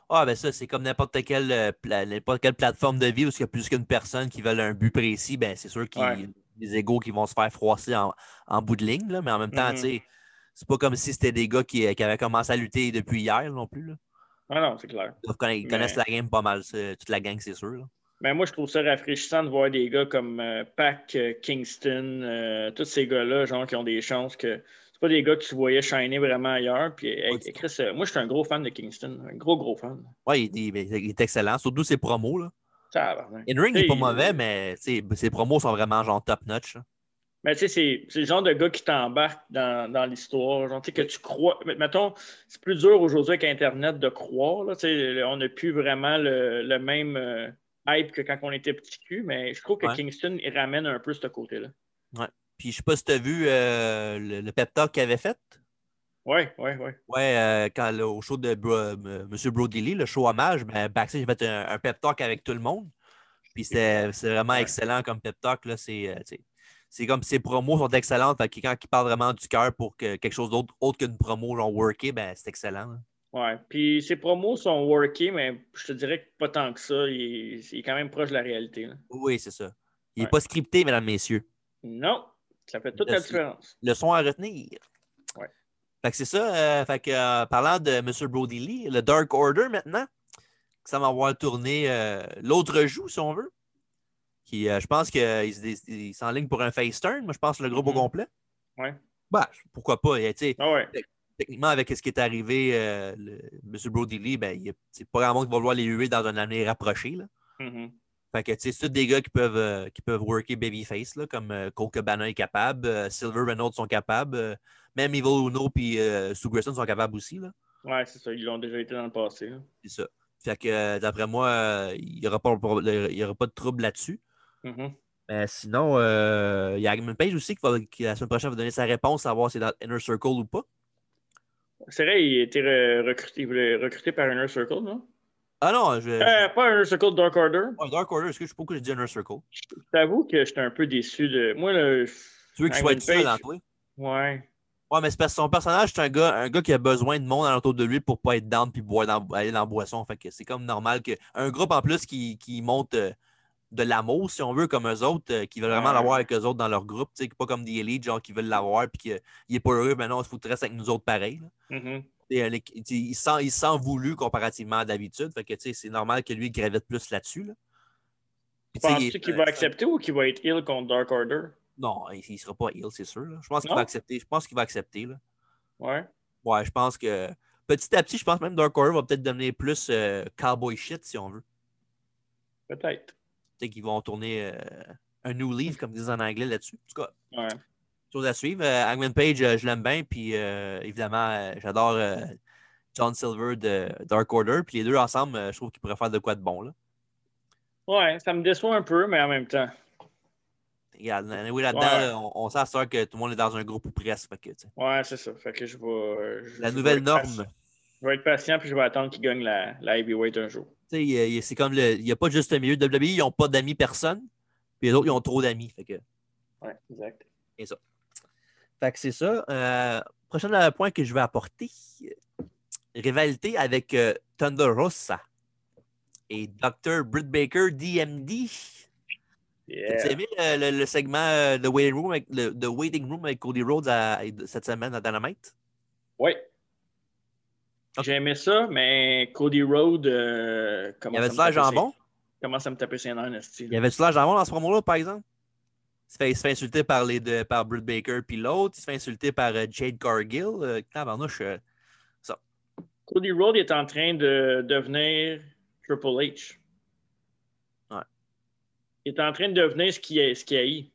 Speaker 1: Ah, ben ça, c'est comme n'importe quelle, euh, pla- n'importe quelle plateforme de vie où il y a plus qu'une personne qui veulent un but précis, ben c'est sûr qu'il y a
Speaker 2: Ouais.
Speaker 1: des égaux qui vont se faire froisser en, en bout de ligne, là, mais en même temps,
Speaker 2: Mhm.
Speaker 1: tu sais, c'est pas comme si c'était des gars qui, euh, qui avaient commencé à lutter depuis hier non plus. Là.
Speaker 2: Ah non, c'est clair.
Speaker 1: Ils doivent conna- ils
Speaker 2: Mais-
Speaker 1: connaissent la game pas mal, c'est- toute la gang, c'est sûr. là.
Speaker 2: Mais moi, je trouve ça rafraîchissant de voir des gars comme euh, Pac, euh, Kingston, euh, tous ces gars-là, genre, qui ont des chances que. C'est pas des gars que tu voyais shiner vraiment ailleurs. Puis, hey,
Speaker 1: Pas du tout.
Speaker 2: Chris, euh, moi, je suis un gros fan de Kingston. Un gros, gros fan.
Speaker 1: Ouais, il, il- il est excellent, surtout ses promos. Là.
Speaker 2: Tabarnak.
Speaker 1: In-ring il est
Speaker 2: Hey.
Speaker 1: pas mauvais, mais tu sais, ses promos sont vraiment genre top-notch. là.
Speaker 2: Mais tu sais, c'est- c'est le genre de gars qui t'embarque dans, dans l'histoire. Genre, tu sais, que tu crois. mais Mettons, c'est plus dur aujourd'hui avec Internet de croire. Là, tu sais, le- on n'a plus vraiment le, le même euh, hype que quand on était petit cul. Mais je trouve que
Speaker 1: Ouais.
Speaker 2: Kingston, il ramène un peu ce côté-là.
Speaker 1: Puis je sais pas si tu as vu euh, le, le pep talk qu'il avait fait.
Speaker 2: Ouais, ouais, ouais.
Speaker 1: Ouais, euh, quand, là, au show de Bro- M. M. Brody Lee, le show hommage, ben, backstage, j'ai fait un, un pep talk avec tout le monde. Puis c'est c'est vraiment
Speaker 2: Ouais.
Speaker 1: excellent comme pep talk. là, C'est euh, tu sais, c'est comme ses promos sont excellentes. Fait que quand il parle vraiment du cœur pour que, quelque chose d'autre autre qu'une promo, genre workée, ben, c'est excellent. là.
Speaker 2: Ouais. Puis ses promos sont workés, mais je te dirais que pas tant que ça. Il est, il est quand même proche de la réalité. là.
Speaker 1: Oui, c'est ça. Il n'est
Speaker 2: Ouais.
Speaker 1: pas scripté, mesdames, messieurs.
Speaker 2: Non, ça fait toute la
Speaker 1: Merci.
Speaker 2: différence.
Speaker 1: Le son à retenir.
Speaker 2: Ouais.
Speaker 1: Fait que c'est ça. euh, fait que, euh, parlant de M. Brody Lee, le Dark Order maintenant, ça va avoir tourné euh, l'autre joue, si on veut. Qui, euh, je pense qu'il se dé- il s'enligne pour un face turn. Moi, je pense le groupe
Speaker 2: Mhm.
Speaker 1: au complet.
Speaker 2: Ouais.
Speaker 1: Bah, pourquoi pas? Et, tu sais,
Speaker 2: Ah ouais.
Speaker 1: techniquement, avec ce qui est arrivé, euh, le- M. Brody Lee, ben, il y a- c'est pas grand monde qui va vouloir les huer dans un avenir rapproché. Là.
Speaker 2: Mhm.
Speaker 1: Fait que, tu sais, c'est tous des gars qui peuvent, euh, qui peuvent worker Babyface, là, comme euh, Cole Cabana est capable, euh, Silver Reynolds sont capables, euh, même Evil Uno puis euh, Stu Grayson sont capables aussi, là.
Speaker 2: Ouais, c'est ça. Ils l'ont déjà été dans le passé. là.
Speaker 1: C'est ça. Fait que, euh, d'après moi, euh, il n'y aura, pas- il y aura pas de trouble là-dessus.
Speaker 2: Mhm.
Speaker 1: Mais sinon, euh, il y a Agman Page aussi qui, va- qui, la semaine prochaine, va donner sa réponse, savoir si c'est dans Inner Circle ou pas.
Speaker 2: C'est vrai, il a été re- recruté, il voulait- recruté par Inner Circle, non?
Speaker 1: Ah non, je,
Speaker 2: Euh, pas Inner Circle, Dark Order.
Speaker 1: oh, Dark Order, est-ce que je sais pas pourquoi j'ai dit Inner Circle?
Speaker 2: Je t'avoue que j'étais un peu déçu de. Moi, le.
Speaker 1: Tu veux qu'il soit
Speaker 2: Hangman
Speaker 1: tout seul
Speaker 2: Page,
Speaker 1: dans toi?
Speaker 2: Ouais.
Speaker 1: Ouais, mais c'est parce que son personnage, c'est un gars, un gars qui a besoin de monde autour de lui pour pas être down puis boire dans, aller dans la boisson. Fait que c'est comme normal qu'un groupe en plus qui, qui monte euh, de l'amour, si on veut, comme eux autres, euh, qui veulent vraiment
Speaker 2: Ouais.
Speaker 1: l'avoir avec eux autres dans leur groupe, tu sais, pas comme des élites, genre qui veulent l'avoir puis qu'il est pas heureux, mais non, il se foutrait avec nous autres pareil. là.
Speaker 2: Mhm.
Speaker 1: Et, euh, les- tu sais, il, sent, il sent voulu comparativement à d'habitude. Fait que tu sais, c'est normal que lui il gravite plus là-dessus. là. Puis, tu sais, il est- euh,
Speaker 2: Penses-tu qu'il va accepter ou qu'il va être ill contre Dark Order?
Speaker 1: Non, il, il sera pas ill, c'est sûr. là. Je pense qu'il
Speaker 2: Non?
Speaker 1: va accepter. Je pense qu'il va accepter. Là.
Speaker 2: Ouais.
Speaker 1: Ouais, je pense que petit à petit, je pense même Dark Order va peut-être devenir plus euh, cowboy shit si on veut.
Speaker 2: Peut-être.
Speaker 1: Peut-être qu'ils vont tourner euh, un new leaf, comme ils disent en anglais là-dessus. En tout cas,
Speaker 2: Ouais.
Speaker 1: chose à suivre. Euh, Hangman Page, euh, je l'aime bien. Puis euh, évidemment, euh, j'adore euh, John Silver de Dark Order. Puis les deux ensemble, euh, je trouve qu'ils pourraient faire de quoi de bon. Là.
Speaker 2: Ouais, ça me déçoit un peu, mais en même temps.
Speaker 1: Regarde, anyway, là-dedans,
Speaker 2: Ouais.
Speaker 1: là, on, on sait à cette heure que tout le monde est dans un groupe ou presque. fait que, tu sais,
Speaker 2: Ouais, c'est ça. Fait que je vais. euh, je-
Speaker 1: la
Speaker 2: je
Speaker 1: nouvelle
Speaker 2: vais être patient.
Speaker 1: norme.
Speaker 2: Je vais être patient puis je vais attendre qu'il gagne la, la heavyweight un jour.
Speaker 1: Tu sais, il y a- il y a- c'est comme le. Il n'y a pas juste un milieu. WWE, ils n'ont pas d'amis personne. Puis les autres, ils ont trop d'amis. Fait que.
Speaker 2: Ouais, exact.
Speaker 1: Fait que c'est ça. Euh, prochain euh, point que je vais apporter euh, rivalité avec euh, Thunder Rosa et Dr. Britt Baker, DMD. T'as
Speaker 2: Yeah.
Speaker 1: aimé euh, le, le segment euh, The, Waiting Room avec, le- The Waiting Room avec Cody Rhodes à- cette semaine à Dynamite?
Speaker 2: Ouais.
Speaker 1: Ok.
Speaker 2: J'aimais ça, mais Cody Road. euh,
Speaker 1: Il
Speaker 2: comment
Speaker 1: y avait
Speaker 2: ça
Speaker 1: du
Speaker 2: me
Speaker 1: l'air
Speaker 2: tapait
Speaker 1: jambon?
Speaker 2: ses- Comment ça me tapait ses nerfs, Nasty?
Speaker 1: Il y avait du l'air jambon dans ce promo-là, par exemple? Il se fait, il se fait insulter par, les deux, par Britt Baker puis l'autre. Il se fait insulter par euh, Jade Cargill. Euh, tabarnouche, euh,
Speaker 2: Cody Road est en train de devenir Triple H.
Speaker 1: Ouais.
Speaker 2: Il est en train de devenir ce qu'il est, ce qu'il haït.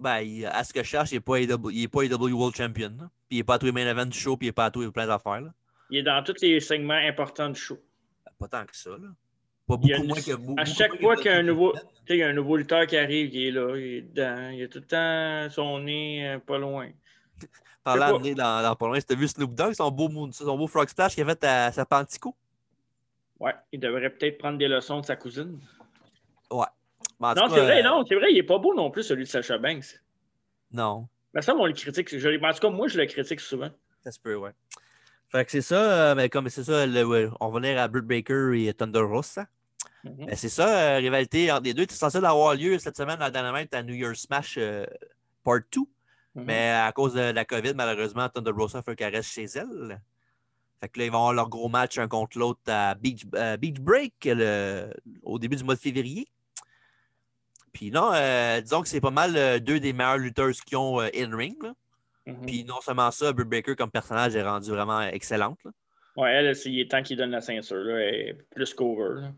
Speaker 1: Ben, il- à ce que je cherche, il n'est pas, AEW il est pas AEW World Champion. là. Puis il n'est pas à tous les main events du show, puis il n'est pas à tous les plein d'affaires. là. Ben,
Speaker 2: Il est dans tous les segments importants du show.
Speaker 1: Pas tant que ça. Là. Pas
Speaker 2: Il y a
Speaker 1: beaucoup
Speaker 2: une-
Speaker 1: moins que vous.
Speaker 2: À chaque fois qu'il y a un nouveau, tu sais, il y a un nouveau lutteur qui arrive, il est là, il est dedans, il a tout le temps son nez euh, pas loin.
Speaker 1: Parlant
Speaker 2: je sais
Speaker 1: de nez dans, dans pas loin, si t'as vu Snoop Dogg, son beau, moon- son beau Frog Splash qu'il a fait à sa Pantico.
Speaker 2: Ouais, il devrait peut-être prendre des leçons de sa cousine.
Speaker 1: Mais en tout
Speaker 2: non,
Speaker 1: cas,
Speaker 2: c'est vrai,
Speaker 1: euh,
Speaker 2: non, c'est vrai, il est pas beau non plus celui de Sacha Banks.
Speaker 1: Non,
Speaker 2: Mais ça, on le critique. je- en tout cas, moi, je le critique souvent.
Speaker 1: ça se peut, ouais. Fait que c'est ça, euh, mais comme c'est ça, le- ouais, on va venir à Britt Baker et Thunder Rosa.
Speaker 2: Mhm.
Speaker 1: Ben, c'est ça, euh, rivalité entre les deux. C'est censé avoir lieu cette semaine à Dynamite à New Year's Smash euh, Part 2.
Speaker 2: Mhm.
Speaker 1: Mais euh, à cause de la COVID, malheureusement, Thunder Rosa fait qu'elle reste chez elle. Fait que là, ils vont avoir leur gros match un contre l'autre à Beach, euh, Beach Break le- au début du mois de février. Puis non, euh, disons que c'est pas mal euh, deux des meilleurs lutteuses qui ont euh, in-ring. là.
Speaker 2: Mhm.
Speaker 1: Puis non seulement ça, Britt Baker comme personnage est rendu vraiment excellente. là.
Speaker 2: Ouais, elle, c'est- il est temps qu'il donne la ceinture, là, elle est plus qu'over. là.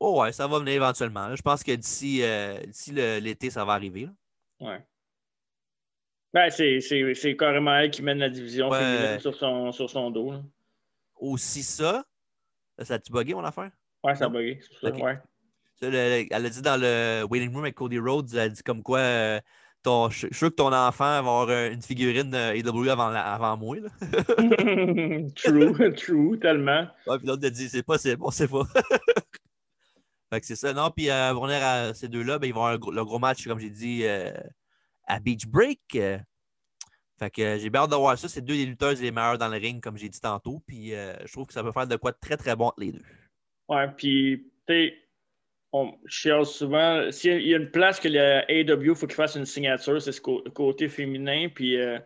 Speaker 1: Oh ouais, ça va venir éventuellement. là. Je pense que d'ici euh, d'ici le- l'été, ça va arriver. là.
Speaker 2: Ouais. Ben, c'est- c'est c'est carrément elle qui mène la division
Speaker 1: Ouais.
Speaker 2: féminine sur son, sur son dos. là.
Speaker 1: Aussi ça, ça a-tu bugué mon affaire?
Speaker 2: Ouais, ça a
Speaker 1: Non.
Speaker 2: bugué, c'est ça,
Speaker 1: Ok.
Speaker 2: ouais.
Speaker 1: Ça, le- le- elle a dit dans le Waiting Room avec Cody Rhodes, elle a dit comme quoi euh, ton, je je suis sûr que ton enfant va avoir euh, une figurine euh, AW avant, la- avant moi. Là. (laughs)
Speaker 2: (laughs) true, (laughs) true, tellement.
Speaker 1: Ouais, puis l'autre a dit c'est pas, c'est bon, c'est pas. (laughs) Fait que c'est ça. Non, puis euh, pour revenir à ces deux-là, ben, ils vont avoir un gros- le gros match, comme j'ai dit, euh, à Beach Break. Euh, Fait que euh, j'ai bien hâte de voir ça. C'est deux des lutteuses les meilleures dans le ring, comme j'ai dit tantôt. Puis euh, je trouve que ça peut faire de quoi de très, très bon entre les deux.
Speaker 2: Ouais, puis, tu sais, on chiale souvent. S'il y a une place que le AW, faut qu'il fasse une signature, c'est ce cô- côté féminin. Puis, euh,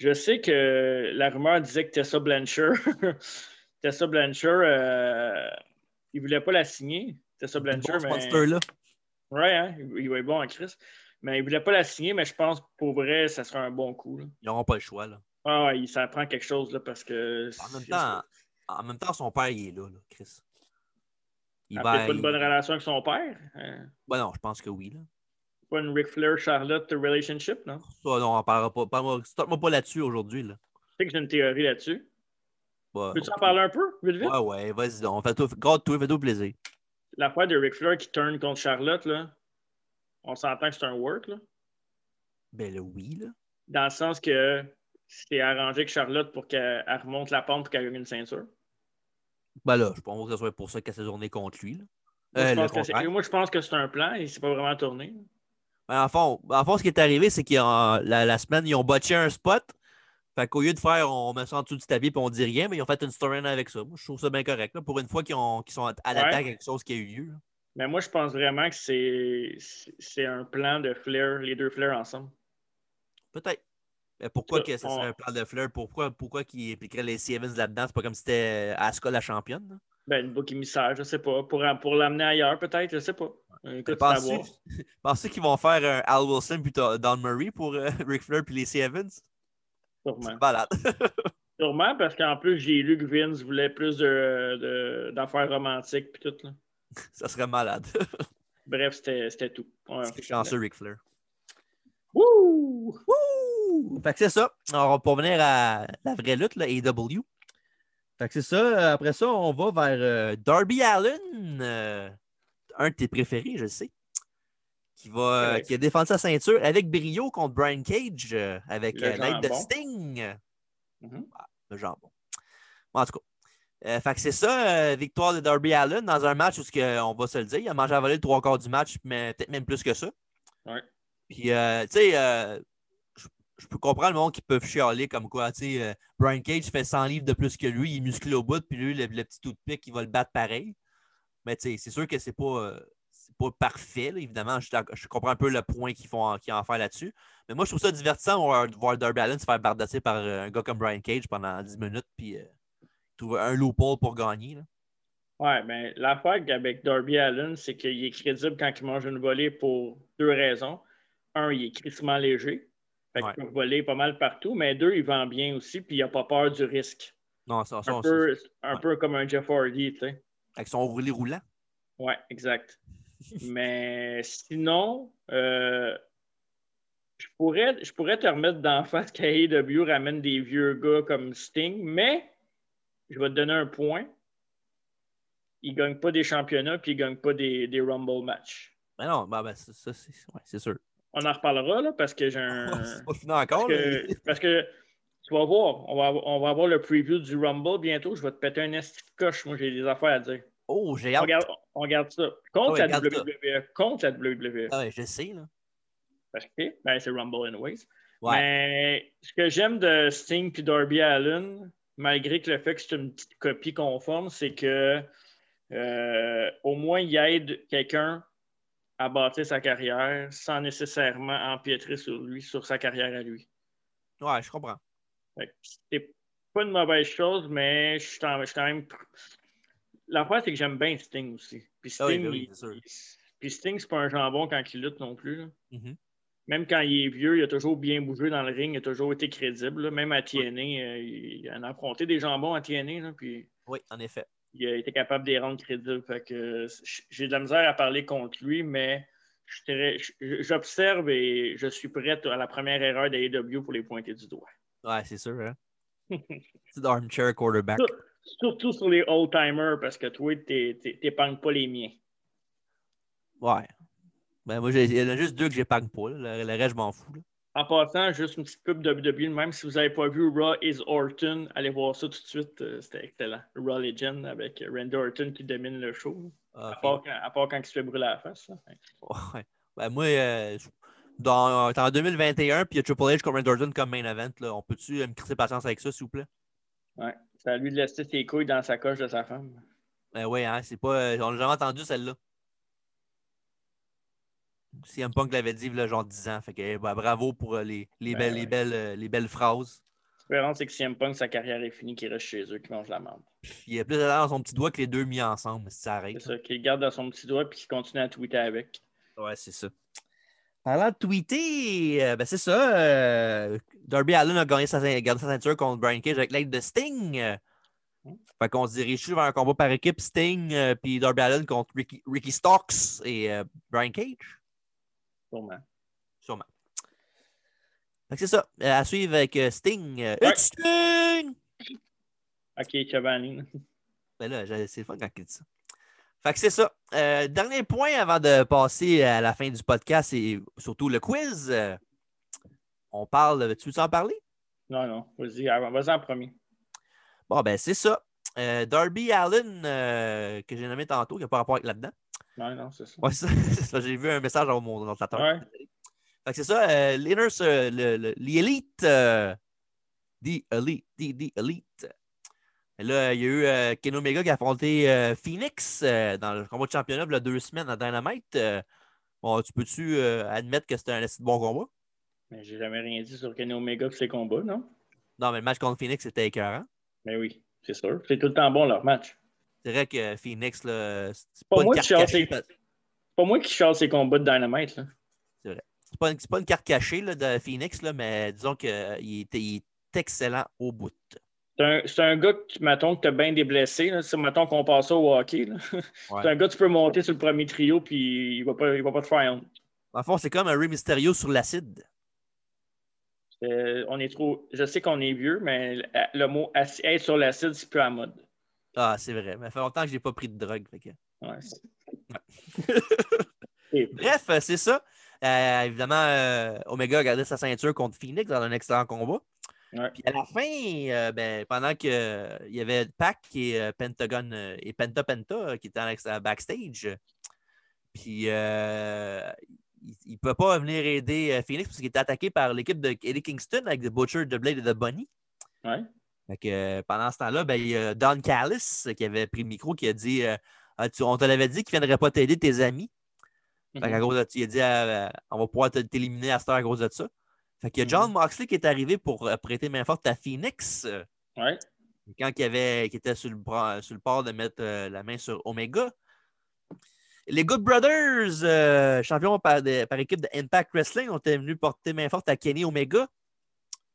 Speaker 2: je sais que la rumeur disait que Tessa Blanchard, (laughs) Tessa Blanchard, euh, il voulait pas la signer. Tessa Blanchard,
Speaker 1: bon, ce
Speaker 2: mais.
Speaker 1: monster-là.
Speaker 2: Ouais, hein, il il va être bon en Chris. Mais il voulait pas la signer, mais je pense que pour vrai, ça serait un bon coup. là.
Speaker 1: Ils n'auront pas le choix. Là.
Speaker 2: Ah, ouais, il s'en prend quelque chose, là, parce que.
Speaker 1: En, même temps, en même temps, son père, il est là, là, Chris.
Speaker 2: il
Speaker 1: Il
Speaker 2: n'a
Speaker 1: va-
Speaker 2: pas
Speaker 1: il-
Speaker 2: une bonne relation avec son père. hein.
Speaker 1: Ben non, je pense que oui. Là.
Speaker 2: pas une Ric Flair Charlotte relationship, non?
Speaker 1: Ça, non, on en parlera pas. Parle-moi- Stop-moi pas là-dessus aujourd'hui. Là.
Speaker 2: Je sais que j'ai une théorie là-dessus.
Speaker 1: Bah,
Speaker 2: Peux-tu en parler un peu, vite vite?
Speaker 1: Ouais, ouais, vas-y donc. Fais-toi, garde-toi, fais-toi plaisir.
Speaker 2: L'affaire de Ric Flair qui turn contre Charlotte, là, on s'entend que c'est un work, là.
Speaker 1: Ben là, oui, là.
Speaker 2: Dans le sens que c'était arrangé avec Charlotte pour qu'elle elle remonte la pente pour qu'elle gagne une ceinture.
Speaker 1: Ben là, je pense que ce soit pour ça qu'elle s'est journée contre lui. Là.
Speaker 2: Moi,
Speaker 1: Euh,
Speaker 2: je
Speaker 1: le
Speaker 2: pense que c'est-
Speaker 1: contraire.
Speaker 2: moi, je pense que c'est un plan et c'est pas vraiment tourné.
Speaker 1: Ben, en, fond, ben, en fond, ce qui est arrivé, c'est que la, la semaine, ils ont botché un spot. Fait qu'au lieu de faire, on met ça en dessous du tapis et on dit rien, mais ils ont fait une storyline avec ça. Moi, je trouve ça bien correct. là, pour une fois qu'ils, ont- qu'ils sont à l'attaque avec quelque chose qui a eu lieu. là.
Speaker 2: Mais moi, je pense vraiment que c'est c'est un plan de Flair, les deux Flair ensemble.
Speaker 1: Peut-être. Mais pourquoi
Speaker 2: Ça,
Speaker 1: que ça
Speaker 2: on-
Speaker 1: serait un plan de fleur? Pourquoi, pourquoi qu'ils impliqueraient Lacey Evans là-dedans? C'est pas comme si c'était Asuka la championne. là.
Speaker 2: Ben, une boucle émissaire, je sais pas. Pour, pour l'amener ailleurs, peut-être, je sais pas. Euh, Écoute, c'est à
Speaker 1: Penses-tu
Speaker 2: voir.
Speaker 1: penses-tu qu'ils vont faire un Al Wilson puis Don Don Murray pour euh, (laughs) Ric Flair puis Lacey Evans?
Speaker 2: Sûrement.
Speaker 1: C'est balade.
Speaker 2: Sûrement parce qu'en plus, j'ai lu que Vince voulait plus de- de- d'affaires romantiques puis tout. Là.
Speaker 1: (laughs) ça serait malade.
Speaker 2: Bref, c'était c'était tout. Ouais.
Speaker 1: C'est chanceux, Ric Flair.
Speaker 2: Wouh!
Speaker 1: Wouh! Fait que c'est ça. Alors, pour venir à la vraie lutte, là, AW. Fait que c'est ça. Après ça, on va vers euh, Darby Allen, euh, un de tes préférés, je sais, qui, va, euh,
Speaker 2: Correct.
Speaker 1: qui a défendu sa ceinture avec brio contre Brian Cage, euh, avec
Speaker 2: Le
Speaker 1: euh, l'aide de
Speaker 2: jambon.
Speaker 1: Sting.
Speaker 2: Mhm.
Speaker 1: Ah, le jambon. Bon, en tout cas. Euh, fait que c'est ça, euh, victoire de Darby Allen dans un match où, ce que, euh, on va se le dire, il a mangé à voler le trois quarts du match, mais peut-être même plus que ça.
Speaker 2: Ouais.
Speaker 1: Puis, euh, tu sais, euh, je- je peux comprendre le monde qui peuvent chialer comme quoi, tu sais, euh, Brian Cage fait 100 livres de plus que lui, il est musclé au bout, puis lui, le, le petit tout de pique, il va le battre pareil. Mais tu sais, c'est sûr que c'est pas, euh, c'est pas parfait, là, évidemment. Je, suis d'accord- je comprends un peu le point qu'ils font qu'ils en faire là-dessus. Mais moi, je trouve ça divertissant de voir, de voir Darby Allin se faire bardasser par euh, un gars comme Brian Cage pendant 10 minutes, puis euh, trouver un loophole pour gagner. là.
Speaker 2: Ouais, ben, l'affaire avec Darby Allen, c'est qu'il est crédible quand il mange une volée pour deux raisons. Un, il est crissement léger. Fait qu'il
Speaker 1: Ouais.
Speaker 2: peut voler pas mal partout. Mais deux, il vend bien aussi, puis il n'a pas peur du risque.
Speaker 1: Non, ça, ça,
Speaker 2: Un,
Speaker 1: on-
Speaker 2: peu, un
Speaker 1: ouais.
Speaker 2: peu comme un Jeff Hardy, tu sais.
Speaker 1: avec son roulé roulant.
Speaker 2: Ouais,
Speaker 1: (laughs)
Speaker 2: exact. Mais sinon, euh, je, pourrais, je pourrais te remettre d'en face qu'AEW ramène des vieux gars comme Sting, mais je vais te donner un point. Ils ne gagnent pas des championnats puis ils ne gagnent pas des, des Rumble matchs.
Speaker 1: Mais non, ben, ben, ça, ça, c'est ouais, c'est sûr.
Speaker 2: On en reparlera là, parce que j'ai un.
Speaker 1: (laughs) c'est pas fini encore. là.
Speaker 2: Euh, Parce que, parce que tu vas voir, on va, avoir- on va avoir le preview du Rumble bientôt. Je vais te péter un esti de coche. Moi, j'ai des affaires à dire.
Speaker 1: (laughs) Oh, j'ai
Speaker 2: On
Speaker 1: hâte.
Speaker 2: regarde, on regarde ça. Contre
Speaker 1: Ah Ouais,
Speaker 2: la
Speaker 1: regarde ça.
Speaker 2: WWE. Contre la E. WWE.
Speaker 1: Ah ouais, je sais, là.
Speaker 2: Parce que ben, c'est Rumble anyways.
Speaker 1: Ouais.
Speaker 2: Mais ce que j'aime de Sting puis Darby Allen, malgré que le fait que c'est une petite copie conforme, c'est que euh, au moins il aide quelqu'un à bâtir sa carrière sans nécessairement empiétrer sur lui, sur sa carrière à lui.
Speaker 1: Ouais, je comprends.
Speaker 2: Fait que C'est pas une mauvaise chose, mais je suis quand je suis quand même. L'affaire, c'est que j'aime bien Sting aussi. Puis Sting,
Speaker 1: Ah oui, ben oui,
Speaker 2: il-
Speaker 1: c'est sûr.
Speaker 2: puis Sting, c'est pas un jambon quand il lutte non plus. là.
Speaker 1: Mhm.
Speaker 2: Même quand il est vieux, il a toujours bien bougé dans le ring, il a toujours été crédible. là. Même à TNA, euh, il en a affronté des jambons à TNA, là, puis
Speaker 1: Oui, en effet.
Speaker 2: il a été capable de les rendre crédibles. Fait que euh, j- j'ai de la misère à parler contre lui, mais je dirais- j- j'observe et je suis prêt à la première erreur d'AEW pour les pointer du doigt.
Speaker 1: Ouais, c'est sûr,
Speaker 2: (laughs)
Speaker 1: hein. Petit armchair quarterback.
Speaker 2: Sur- Surtout sur les old-timers, parce que toi, t'é- t'é- t'épargnes pas les miens.
Speaker 1: Ouais. Ben, moi, j'ai- il y en a juste deux que j'épargne pas. là. Le, le reste, je m'en fous. là.
Speaker 2: En passant, juste une petite pub de WWE, même si vous n'avez pas vu Raw is Orton, allez voir ça tout de suite. euh, C'était excellent. Raw Legend avec Randy Orton qui domine le show. À,
Speaker 1: Ok.
Speaker 2: part quand, à part quand il se fait brûler la face. là.
Speaker 1: Ouais. Ben, moi, euh, je- dans, t'es en 2021, puis il y a Triple H contre Randy Orton comme main event. là. On peut-tu euh, me crisser patience avec ça, s'il vous plaît?
Speaker 2: C'est à lui de laisser ses couilles dans sa coche de sa femme.
Speaker 1: Ben ouais, hein, c'est pas. euh, on n'a jamais entendu celle-là. CM Punk l'avait dit il y a genre 10 ans. Fait que eh, ben, bravo pour euh, les, les,
Speaker 2: Ben
Speaker 1: belles, les,
Speaker 2: ouais.
Speaker 1: belles, euh, les belles phrases.
Speaker 2: L'espérance, c'est que CM Punk, sa carrière est finie, qu'il reste chez eux, qu'il mange la merde.
Speaker 1: Puis il est plus dans son petit doigt que les deux mis ensemble, mais ça
Speaker 2: C'est
Speaker 1: arrête.
Speaker 2: ça, qu'il garde dans son petit doigt puis qu'il continue à tweeter avec.
Speaker 1: Ouais, c'est ça. Parlant de tweeter, euh, ben c'est ça. euh, Darby Allen a gagné sa, ceint- gardé sa ceinture contre Brian Cage avec l'aide de Sting. euh. Fait qu'on se dirige vers un combat par équipe Sting euh, puis Darby Allen contre Ricky, Ricky Starks et euh, Brian Cage,
Speaker 2: Sûrement.
Speaker 1: sûrement. Fait que c'est ça. Euh, à suivre avec euh, Sting. euh,
Speaker 2: Ouais.
Speaker 1: It's Sting!
Speaker 2: Ok, Cavani.
Speaker 1: Ben là, j'ai- c'est le fun quand il dit ça. Fait que c'est ça. Euh, dernier point avant de passer à la fin du podcast et surtout le quiz. euh, on parle, tu veux en parler?
Speaker 2: Non, non, vas-y, avant- vas-y en premier.
Speaker 1: Bon, ben c'est ça. Euh, Darby Allen, euh, que j'ai nommé tantôt, qui n'a pas rapport avec là-dedans.
Speaker 2: Non, non, c'est ça.
Speaker 1: Ouais, c'est ça. (laughs) C'est ça, j'ai vu un message dans mon ordinateur.
Speaker 2: Ouais.
Speaker 1: Fait que c'est ça, euh, l'Inner, euh, le- le- l'élite, euh, the elite, the, the elite. Et là, il y a eu euh, Ken Omega qui a affronté euh, Phoenix euh, dans le combat de championnat il y a deux semaines à Dynamite. Euh, bon, tu peux-tu euh, admettre que c'était un assez bon combat?
Speaker 2: Mais j'ai jamais rien dit sur Kenny Omega et ses combats, non?
Speaker 1: Non, mais le match contre Phoenix, c'était écœurant.
Speaker 2: Mais oui, c'est sûr. C'est tout le temps bon leur match.
Speaker 1: C'est vrai que Phoenix, là, c'est
Speaker 2: Pas
Speaker 1: pas, une
Speaker 2: moi
Speaker 1: carte
Speaker 2: qui chasse
Speaker 1: cachée,
Speaker 2: les-
Speaker 1: parce-
Speaker 2: C'est Pas moi qui chasse ses combats de Dynamite, là.
Speaker 1: c'est pas, une- c'est pas une carte cachée là, de Phoenix, là, mais disons qu'il était, il est excellent au bout.
Speaker 2: C'est un, c'est un gars qui, mettons, que t'as bien des blessés, là. C'est, mettons, qu'on passe ça au hockey, là. (laughs) C'est un gars que tu peux monter sur le premier trio, puis il va pas, il va pas te faire honte.
Speaker 1: En fond, c'est comme un Rey Mysterio sur l'acide.
Speaker 2: Euh, on est trop... Je sais qu'on est vieux, mais le, le mot assi- être sur l'acide, c'est plus à la mode.
Speaker 1: Ah, c'est vrai. Mais ça fait longtemps que je n'ai pas pris de drogue. fait que-
Speaker 2: Ouais, c'est-
Speaker 1: Bref, euh, c'est ça. Euh, évidemment, euh, Omega a gardé sa ceinture contre Phoenix dans un excellent combat.
Speaker 2: Ouais.
Speaker 1: Puis à la fin, euh, ben, pendant qu'il y avait Pac et euh, Pentagon euh, et Penta Penta euh, qui étaient en ex- à backstage, euh, puis euh, il ne pouvait pas venir aider euh, Phoenix parce qu'il était attaqué par l'équipe de Eddie Kingston avec The Butcher, The Blade et The Bunny.
Speaker 2: Ouais.
Speaker 1: Fait que, euh, pendant ce temps-là, ben, il y a Don Callis euh, qui avait pris le micro qui a dit euh, Ah, tu- On te l'avait dit qu'il ne viendrait pas t'aider tes amis. Fait qu'à
Speaker 2: Mhm.
Speaker 1: cause de ça, il a dit euh, on va pouvoir te- t'éliminer à cette heure à cause de ça. Fait qu'il y a
Speaker 2: Mhm.
Speaker 1: John Moxley qui est arrivé pour euh, prêter main forte à Phoenix euh,
Speaker 2: Ouais.
Speaker 1: quand il, avait, qui était sur le, bras- sur le port de mettre euh, la main sur Omega. Les Good Brothers, euh, champions par, de- par équipe de Impact Wrestling, ont été venus porter main forte à Kenny Omega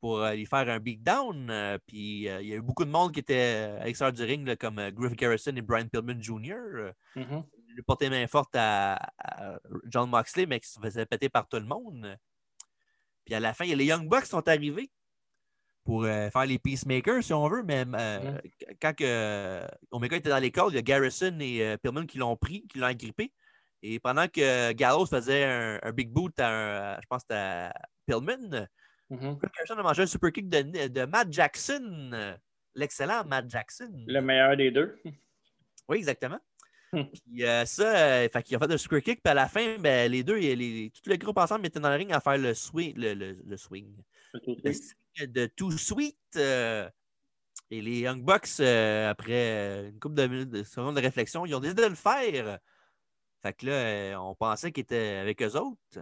Speaker 1: pour euh, lui faire un beatdown. Euh, puis euh, il y a eu beaucoup de monde qui était à l'extérieur du ring, là, comme euh, Griff Garrison et Brian Pillman Jr. euh,
Speaker 2: Mhm.
Speaker 1: lui porter main forte à, à John Moxley, mais qui se faisait péter par tout le monde. Puis à la fin, il y a les Young Bucks qui sont arrivés pour euh, faire les Peacemakers, si on veut. Mais euh,
Speaker 2: Mhm.
Speaker 1: qu- quand que euh, Omega était dans l'école, il y a Garrison et euh, Pillman qui l'ont pris, qui l'ont agrippé. Et pendant que Gallows faisait un, un big boot à, un- à- je pense, que c'était à Pillman,
Speaker 2: Mhm.
Speaker 1: Garrison a mangé un super kick de, de Matt Jackson, euh, l'excellent Matt Jackson.
Speaker 2: Le meilleur des
Speaker 1: (laughs)
Speaker 2: deux.
Speaker 1: Oui, exactement.
Speaker 2: Hmm.
Speaker 1: Puis euh, ça, il fait qu'il a fait le square kick, puis à la fin, ben, les deux, il- les- tout le groupe ensemble était dans le ring à faire le swing, le, le- le swing,
Speaker 2: Mhm.
Speaker 1: le swing de Too Sweet. euh, et les Young Bucks, euh, après euh, une couple de minutes de secondes de réflexion, ils ont décidé de le faire. Fait que là, euh, on pensait qu'ils étaient avec eux autres.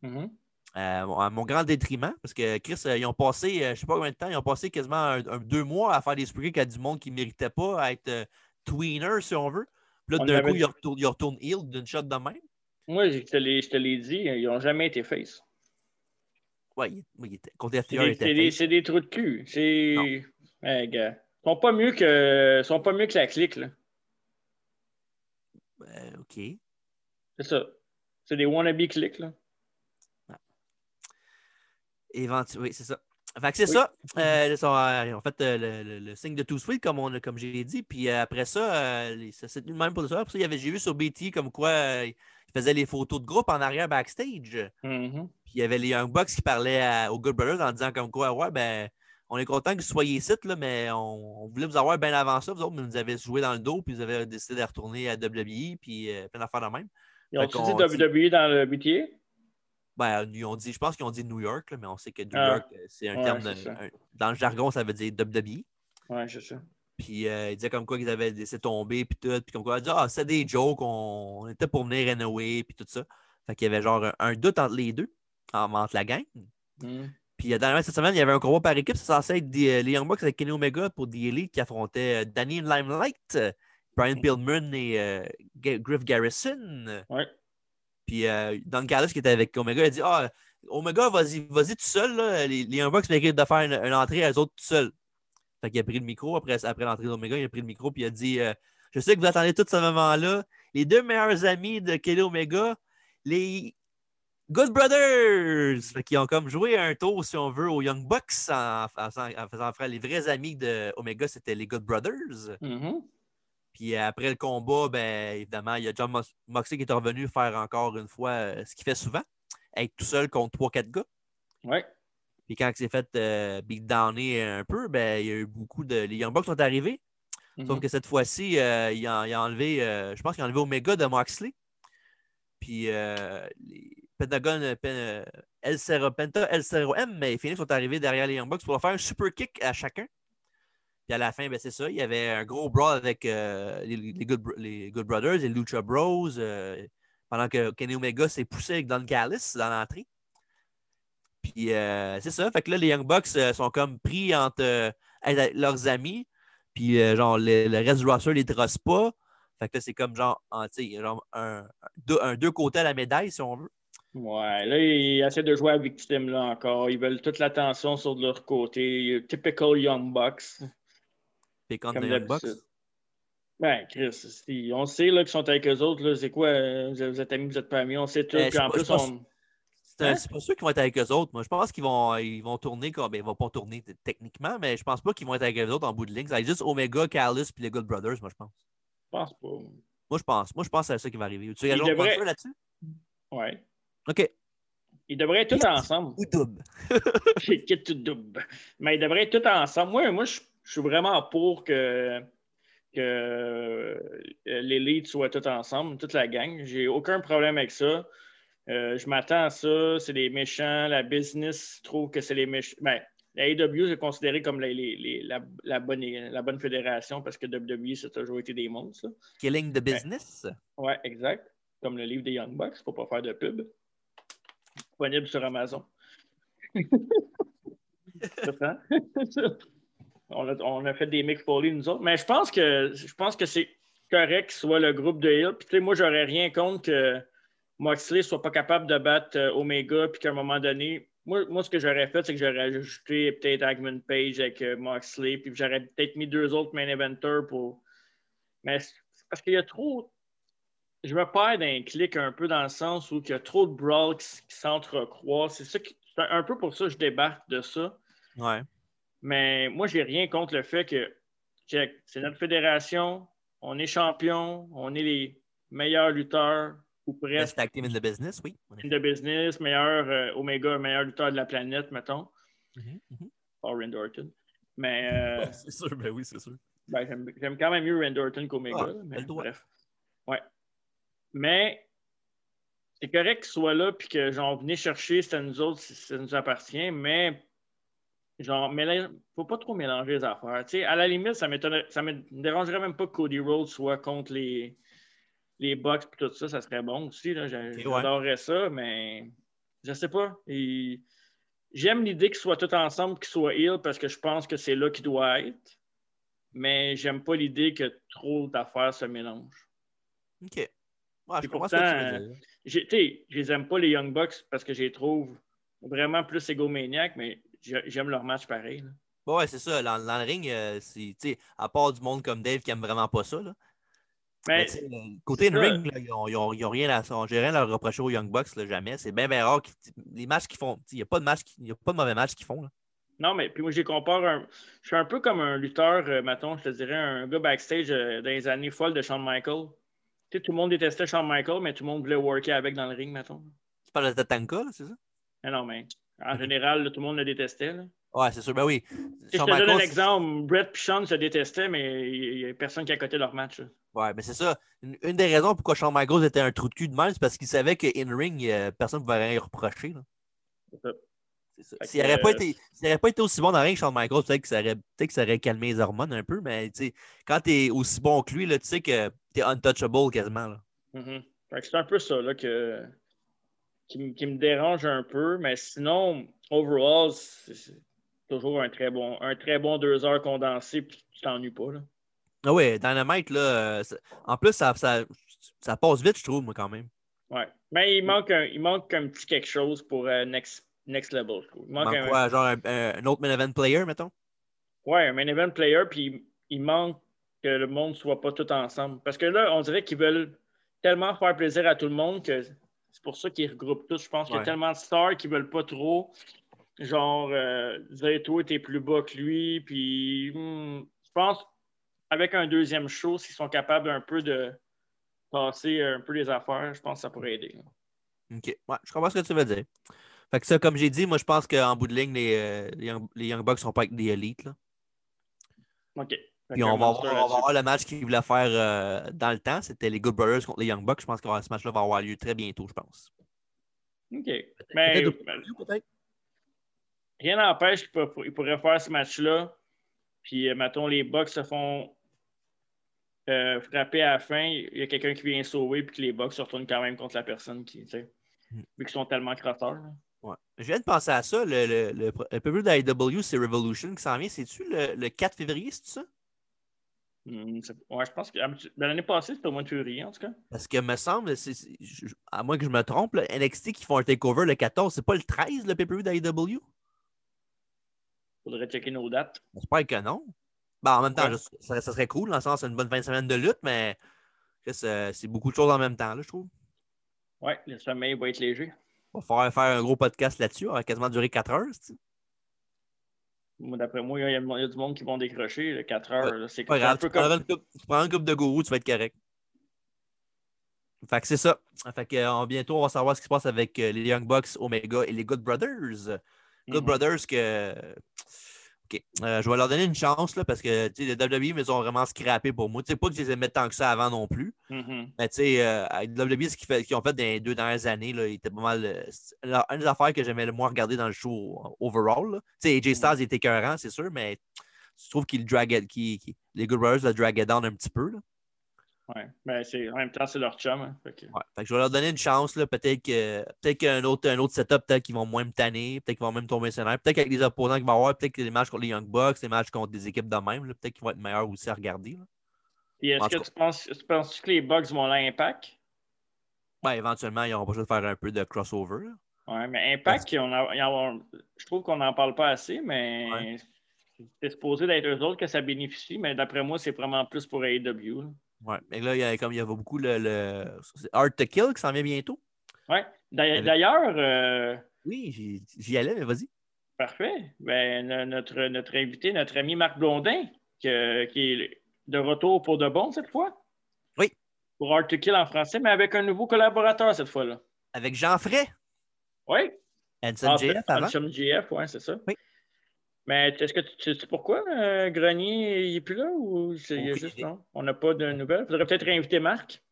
Speaker 2: Mhm.
Speaker 1: Euh, à mon grand détriment, parce que Chris, euh, ils ont passé, euh, je sais pas combien de temps, ils ont passé quasiment un- un- deux mois à faire des sprigs à du monde qui ne méritait pas à être euh, tweener, si on veut. Puis là,
Speaker 2: On
Speaker 1: d'un
Speaker 2: avait-
Speaker 1: coup, ils retournent, ils retournent heel d'une shot de même.
Speaker 2: Moi, je te l'ai je te l'ai dit, ils n'ont jamais été face.
Speaker 1: Ouais, il, oui, il était, contre FTR,
Speaker 2: C'est
Speaker 1: il
Speaker 2: des,
Speaker 1: était
Speaker 2: c'est des-
Speaker 1: face.
Speaker 2: c'est des trous de cul. C'est.
Speaker 1: Non.
Speaker 2: Hey, gars. Ils sont pas mieux que. ils sont pas mieux que la clique, là.
Speaker 1: Euh, OK.
Speaker 2: C'est ça. C'est des wannabe cliques, là.
Speaker 1: Éventu- Oui, c'est ça. Fait que c'est
Speaker 2: Oui.
Speaker 1: ça. Euh, ils sont, euh, ils ont fait euh, le, le- le signe de Too Sweet, comme, on, a- comme j'ai dit. Puis euh, après ça, euh, les- ça s'est tenu de même pour le soir. Après ça, il y avait- j'ai vu sur BT comme quoi euh, ils faisaient les photos de groupe en arrière backstage.
Speaker 2: Mhm.
Speaker 1: Puis Puis il y avait les Young Bucks qui parlaient à- aux Good Brothers en disant comme quoi, ouais, ben, on est content que vous soyez ici, là, mais on, on voulait vous avoir bien avant ça, vous autres, mais vous avez joué dans le dos, puis vous avez décidé de retourner à WWE, puis euh, plein d'affaires de même.
Speaker 2: Ils ont-tu
Speaker 1: qu'on
Speaker 2: dit
Speaker 1: dit-
Speaker 2: WWE dans le BTA?
Speaker 1: Ben, ils ont dit, je pense qu'ils ont dit New York, là, mais on sait que New
Speaker 2: Ah.
Speaker 1: York, euh, c'est un
Speaker 2: Ouais,
Speaker 1: terme.
Speaker 2: c'est
Speaker 1: de-
Speaker 2: ça.
Speaker 1: un- dans le jargon, ça veut dire WWE.
Speaker 2: Ouais, c'est ça.
Speaker 1: Puis euh, ils disaient comme quoi qu'ils avaient laissé tomber, puis tout. Puis comme quoi, ils disaient, ah, c'est des jokes, on, on était pour venir anyway, puis tout ça. Fait qu'il y avait genre un, un doute entre les deux, en- entre la gang.
Speaker 2: Hmm.
Speaker 1: Puis euh, dernièrement, cette semaine, il y avait un combat par équipe. C'est censé être des, euh, les Young Bucks avec Kenny Omega pour The Elite qui affrontait euh, Danny Limelight, euh, Brian Pillman et euh, Ga- Griff Garrison.
Speaker 2: Ouais.
Speaker 1: Puis euh, Don Carlos qui était avec Omega, il a dit Ah, Omega, vas-y, vas-y tout seul. là. Les, les Young Bucks méritent de faire une, une entrée à eux autres tout seul. Fait qu'il a pris le micro après, après l'entrée d'Omega, il a pris le micro puis il a dit euh, Je sais que vous attendez tout ce moment-là. Les deux meilleurs amis de Kenny Omega, les Good Brothers, Fait qu'ils ont comme joué un tour, si on veut, aux Young Bucks en, en faisant en faisant faire les vrais amis de Omega, c'était les Good Brothers.
Speaker 2: Mhm.
Speaker 1: Puis euh, après le combat, ben, évidemment, il y a John Mox- Moxley qui est revenu faire encore une fois euh, ce qu'il fait souvent, être tout seul contre 3-4 gars.
Speaker 2: Ouais.
Speaker 1: Puis quand il s'est fait euh, beat downer un peu, ben, il y a eu beaucoup de. Les Young Bucks sont arrivés, Sauf
Speaker 2: Mhm.
Speaker 1: que cette fois-ci, euh, il, a, il a enlevé, euh, je pense qu'il a enlevé Omega de Moxley. Puis euh, les Pentagon, euh, Pen- euh, El Cerro, Penta, El Cerro M, mais Phoenix sont arrivés derrière les Young Bucks pour leur faire un super kick à chacun. Puis à la fin, ben, c'est ça, il y avait un gros brawl avec euh, les, les good, Bro- les Good Brothers, les Lucha Bros, euh, pendant que Kenny Omega s'est poussé avec Don Callis dans l'entrée. Puis euh, c'est ça, fait que là, les Young Bucks euh, sont comme pris entre euh, être- leurs amis, puis euh, genre le, le reste du roster les trosse pas. Fait que là, c'est comme genre, en- tu sais, genre un, un- deux, un deux côtés à la médaille, si on veut.
Speaker 2: Ouais, là, ils essaient de jouer à victime, là, encore. Ils veulent toute l'attention sur leur côté. Typical Young Bucks.
Speaker 1: Puis contre
Speaker 2: Comme
Speaker 1: les Young Bucks.
Speaker 2: d'habitude. Ben, Chris, si- on sait, là, qu'ils sont avec eux autres, là, c'est quoi, euh, vous êtes vous êtes amis, vous êtes pas amis, on sait tout.
Speaker 1: Euh,
Speaker 2: Puis
Speaker 1: je
Speaker 2: en
Speaker 1: pense-
Speaker 2: plus,
Speaker 1: je pense-
Speaker 2: on...
Speaker 1: C'est un-
Speaker 2: Hein?
Speaker 1: c'est pas sûr qu'ils vont être avec eux autres. Moi, je pense qu'ils vont, ils vont tourner comme. ben, ils vont pas tourner t- techniquement, mais je pense pas qu'ils vont être avec eux autres en bout de ligne. Ça va être juste Omega, Carlos puis les Good Brothers, moi, je pense.
Speaker 2: Je pense pas.
Speaker 1: Moi, je pense. Moi, je pense que c'est ça qui va arriver. Tu
Speaker 2: Ils
Speaker 1: rajoutes
Speaker 2: devraient-
Speaker 1: un là-dessus?
Speaker 2: Ouais.
Speaker 1: OK.
Speaker 2: Ils devraient être tous ensemble.
Speaker 1: Ou double.
Speaker 2: (laughs) C'est qui tout double. Mais ils devraient être tous ensemble. Moi, moi je, je suis vraiment pour que, que euh, les leads soient tous ensemble, toute la gang. J'ai aucun problème avec ça. Euh, je m'attends à ça. C'est des méchants. La business trouve que c'est les méchants. Ben, la AEW, c'est considéré comme les- les- les- la, la bonne, la bonne fédération parce que WWE, ça a toujours été des monstres. là.
Speaker 1: Killing the
Speaker 2: Ben,
Speaker 1: business.
Speaker 2: Ouais, exact. Comme le livre des Young Bucks, pour pas faire de pub. Disponible sur Amazon. C'est ça. hein? (laughs) on, a, on a fait des mix pour lui, nous autres. Mais je pense que je pense que c'est correct que ce soit le groupe de Hill. Puis tu sais, moi, j'aurais rien contre que Moxley soit pas capable de battre euh, Omega, puis qu'à un moment donné. Moi, moi, ce que j'aurais fait, c'est que j'aurais ajouté peut-être Agman Page avec euh, Moxley, puis j'aurais peut-être mis deux autres main eventers pour. Mais c'est parce qu'il y a trop, je me perds d'un clic un peu dans le sens où il y a trop de brawls qui, s- qui s'entrecroisent. C'est ça qui- c'est un peu pour ça que je débarque de ça.
Speaker 1: Ouais.
Speaker 2: Mais moi, j'ai rien contre le fait que check, c'est notre fédération, on est champion, on est les meilleurs lutteurs ou presque
Speaker 1: Best active in the business, oui.
Speaker 2: de business, meilleur euh, Omega, meilleur lutteur de la planète, mettons,
Speaker 1: Mhm,
Speaker 2: mm-hmm.
Speaker 1: mhm.
Speaker 2: ou Randy Orton. Mais
Speaker 1: (laughs)
Speaker 2: euh,
Speaker 1: C'est sûr, ben oui, c'est sûr.
Speaker 2: Ben, j'aime, j'aime quand même mieux Randy Orton
Speaker 1: Ah,
Speaker 2: qu'Omega. là, mais
Speaker 1: elle doit.
Speaker 2: bref. Ouais. Mais c'est correct qu'il soit là puis que genre venez chercher, c'est à nous autres, si ça nous appartient, mais genre, mélange- faut pas trop mélanger les affaires. Tu sais, à la limite, ça m'étonnerait, ça me dérangerait même pas que Cody Rhodes soit contre les, les Bucks et tout ça, ça serait bon aussi. Là, j'a-
Speaker 1: Ok, ouais.
Speaker 2: j'adorerais ça, mais je sais pas. Il- J'aime l'idée qu'ils soient tous ensemble, qu'ils soient heal parce que je pense que c'est là qu'ils doivent être. Mais j'aime pas l'idée que trop d'affaires se mélangent.
Speaker 1: OK. Ouais, je
Speaker 2: Et
Speaker 1: comprends ce que tu
Speaker 2: pourtant,
Speaker 1: veux dire.
Speaker 2: J'ai- tu sais, Je les aime pas, les Young Bucks, parce que je les trouve vraiment plus égomaniaques, mais j'ai- j'aime leur match pareil. là.
Speaker 1: Bon, ouais, c'est ça. Dans, dans le ring, euh, c'est, tu sais, à part du monde comme Dave qui aime vraiment pas ça, là. Mais,
Speaker 2: Mais
Speaker 1: tu sais, le- côté de
Speaker 2: Ben, ça.
Speaker 1: ring, là, ils n'ont rien à ils ont rien à leur reprocher aux Young Bucks, là, jamais. C'est bien, bien rare. qu'ils- les matchs qu'ils font, tu sais, il n'y a, pas de match qui- il y a pas de mauvais match qu'ils font. là.
Speaker 2: non, mais puis moi, je les compare. un- je suis un peu comme un lutteur, euh, mettons, je te dirais, un gars backstage euh, dans les années folles de Shawn Michaels. Tu sais, tout le monde détestait Shawn Michaels, mais tout le monde voulait worker avec dans le ring, mettons.
Speaker 1: Tu parles de Tatanka, là, c'est ça?
Speaker 2: Mais non, mais
Speaker 1: Mhm.
Speaker 2: en général, là, tout le monde le détestait. Là.
Speaker 1: Ouais, c'est sûr. Ben oui.
Speaker 2: Si je
Speaker 1: Shawn
Speaker 2: te donne un
Speaker 1: Michaels-
Speaker 2: exemple, Brett et Sean se détestaient, mais il n'y a personne qui a coté leur match. là.
Speaker 1: Ouais, mais c'est ça. Une, une des raisons pourquoi Shawn Michaels était un trou de cul de même, c'est parce qu'il savait que in-ring, euh, personne ne pouvait rien lui reprocher. là.
Speaker 2: ça.
Speaker 1: C'est ça.
Speaker 2: Fait
Speaker 1: S'il
Speaker 2: que,
Speaker 1: n'aurait pas,
Speaker 2: euh,
Speaker 1: été- s'il aurait pas été aussi bon dans le ring, Shawn Michaels, peut-être que, ça aurait- peut-être que ça aurait calmé les hormones un peu, mais tu sais, quand t'es aussi bon que lui, là, tu sais que t'es untouchable quasiment. là.
Speaker 2: Mhm. Fait que C'est un peu ça là, que, qui, me- qui me dérange un peu, mais sinon, overall, c'est c'est toujours un très bon, un très bon deux heures condensé, puis tu t'ennuies pas. Là.
Speaker 1: Ah ouais, Dynamite, là, euh, ça- en plus, ça, ça- ça passe vite, je trouve, moi, quand même.
Speaker 2: Ouais. Mais il manque, un, il manque un petit quelque chose pour euh, next, next Level. je trouve. Il
Speaker 1: Il
Speaker 2: manque
Speaker 1: manque
Speaker 2: un,
Speaker 1: quoi, genre un, un- un autre main event player, mettons?
Speaker 2: ouais, un main event player, puis il- il manque que le monde ne soit pas tout ensemble. Parce que là, on dirait qu'ils veulent tellement faire plaisir à tout le monde que c'est pour ça qu'ils regroupent tous. Je pense qu'il y a
Speaker 1: Ouais.
Speaker 2: tellement de stars qui ne veulent pas trop. Genre, euh, dire toi, t'es plus bas que lui. Puis, hmm, je pense, avec un deuxième show, s'ils sont capables un peu de passer un peu les affaires, je pense que ça pourrait aider.
Speaker 1: Ok, ouais, je comprends ce que tu veux dire. Fait que ça, comme j'ai dit, moi, je pense qu'en bout de ligne, les, euh, les Young, les Young Bucks sont pas avec des élites. Là.
Speaker 2: OK. Fait
Speaker 1: Puis
Speaker 2: qu'un
Speaker 1: on va,
Speaker 2: monster
Speaker 1: avoir, on va
Speaker 2: là-dessus.
Speaker 1: avoir le match qu'ils voulaient faire euh, dans le temps. C'était les Good Brothers contre les Young Bucks. Je pense que euh, ce match-là va avoir lieu très bientôt, je pense.
Speaker 2: OK. Mais
Speaker 1: Peut-être
Speaker 2: euh,
Speaker 1: Peut-être.
Speaker 2: rien n'empêche qu'ils pour- ils pourraient faire ce match-là. Puis, euh, mettons, les Bucks se font euh, frapper à la fin. Il y a quelqu'un qui vient sauver, puis que les Bucks se retournent quand même contre la personne qui, tu sais,
Speaker 1: Mm.
Speaker 2: vu qu'ils sont tellement crosseurs. là.
Speaker 1: Ouais. Je viens de penser à ça. Le, le, le, le pay-per-view d'IW, c'est Revolution qui s'en vient. C'est-tu le, le 4 février, c'est ça?
Speaker 2: Mm, c'est- ouais, je pense que habitu- ben, l'année passée, c'était au mois de février, en tout cas.
Speaker 1: Parce que me semble, c'est- c'est- je- je- à moins que je me trompe, là, NXT qui font un takeover le 14, c'est pas le 13 le pay-per-view d'IW?
Speaker 2: Faudrait checker nos dates.
Speaker 1: J'espère que non. Ben, en même temps,
Speaker 2: Ouais.
Speaker 1: je- ça, ça serait cool, dans le sens une bonne fin de semaine de lutte, mais Chris, euh, c'est beaucoup de choses en même temps, là, je trouve.
Speaker 2: Ouais, le sommeil va être léger.
Speaker 1: On va falloir faire un gros podcast là-dessus. On va quasiment durer 4 heures. c'est-tu?
Speaker 2: Moi, D'après moi, il y, a- il y a du monde qui vont décrocher. le 4 heures, là. c'est
Speaker 1: Pas
Speaker 2: c'est un
Speaker 1: grave.
Speaker 2: peu
Speaker 1: Tu
Speaker 2: comme
Speaker 1: prendras une coupe, tu prendras une coupe de gourou, tu vas être correct. Fait que c'est ça. Fait que, euh, bientôt, on va savoir ce qui se passe avec euh, les Young Bucks, Omega et les Good Brothers. Good
Speaker 2: Mhm.
Speaker 1: Brothers que. OK. Euh, je vais leur donner une chance là, parce que tu sais, les WWE ils ont vraiment scrappé pour moi. Tu sais pas que je les aimais tant que ça avant non plus.
Speaker 2: Mhm.
Speaker 1: Mais tu sais, euh, avec WWE, ce qu'ils fait- qu'ils ont fait dans les deux dernières années, là, il était pas mal. euh, c'est- la- une des affaires que j'aimais le moins regarder dans le show euh, overall. là. Tu sais, AJ Styles il était écœurant, c'est sûr, mais je trouve qu'il draguait- qu'il- qu'il- les Good Brothers le draguaient down un petit peu. là.
Speaker 2: Ouais. Ben, c'est- en même temps, c'est leur chum. hein. Fait que-
Speaker 1: Ouais. Fait que je vais leur donner une chance. là. Peut-être que peut-être qu'un autre, un autre setup, peut-être qu'ils vont moins me tanner, peut-être qu'ils vont même tomber scénaire, peut-être qu'avec les opposants qu'ils vont avoir, peut-être que les matchs contre les Young Bucks, les matchs contre des équipes de même, là, peut-être qu'ils vont être meilleurs aussi à regarder. là.
Speaker 2: Puis
Speaker 1: En
Speaker 2: est-ce
Speaker 1: tout
Speaker 2: que tu penses, tu penses que les Bucks vont l'impact?
Speaker 1: Ouais, Ben, éventuellement, ils auront pas le choix de faire un peu de crossover. là.
Speaker 2: Ouais, mais Impact, on en- ils en- je trouve qu'on n'en parle pas assez, mais
Speaker 1: Ouais.
Speaker 2: c'est supposé d'être eux autres que ça bénéficie, mais d'après moi, c'est vraiment plus pour AEW. là.
Speaker 1: Ouais. Mais là, il y a, comme il y a beaucoup le, le- c'est Hard to Kill qui s'en vient bientôt.
Speaker 2: Ouais. D'ailleurs-
Speaker 1: Avec-
Speaker 2: D'ailleurs, euh,
Speaker 1: Oui, j'y- j'y allais, mais vas-y.
Speaker 2: parfait. Ben, no- notre, notre invité, notre ami Marc Blondin, que- qui est de retour pour de bon cette fois.
Speaker 1: Oui.
Speaker 2: Pour Hard to Kill en français, mais avec un nouveau collaborateur cette fois-là.
Speaker 1: Avec Jean Fray,
Speaker 2: Oui. Ah,
Speaker 1: Hanson JF avant.
Speaker 2: Handsome GF, ouais, c'est ça.
Speaker 1: Oui.
Speaker 2: Mais est-ce que tu tu sais pourquoi euh, Grenier il est plus là ou c'est il y a
Speaker 1: Aucune
Speaker 2: juste
Speaker 1: idée.
Speaker 2: non? On n'a pas de nouvelles. Faudrait peut-être réinviter Marc.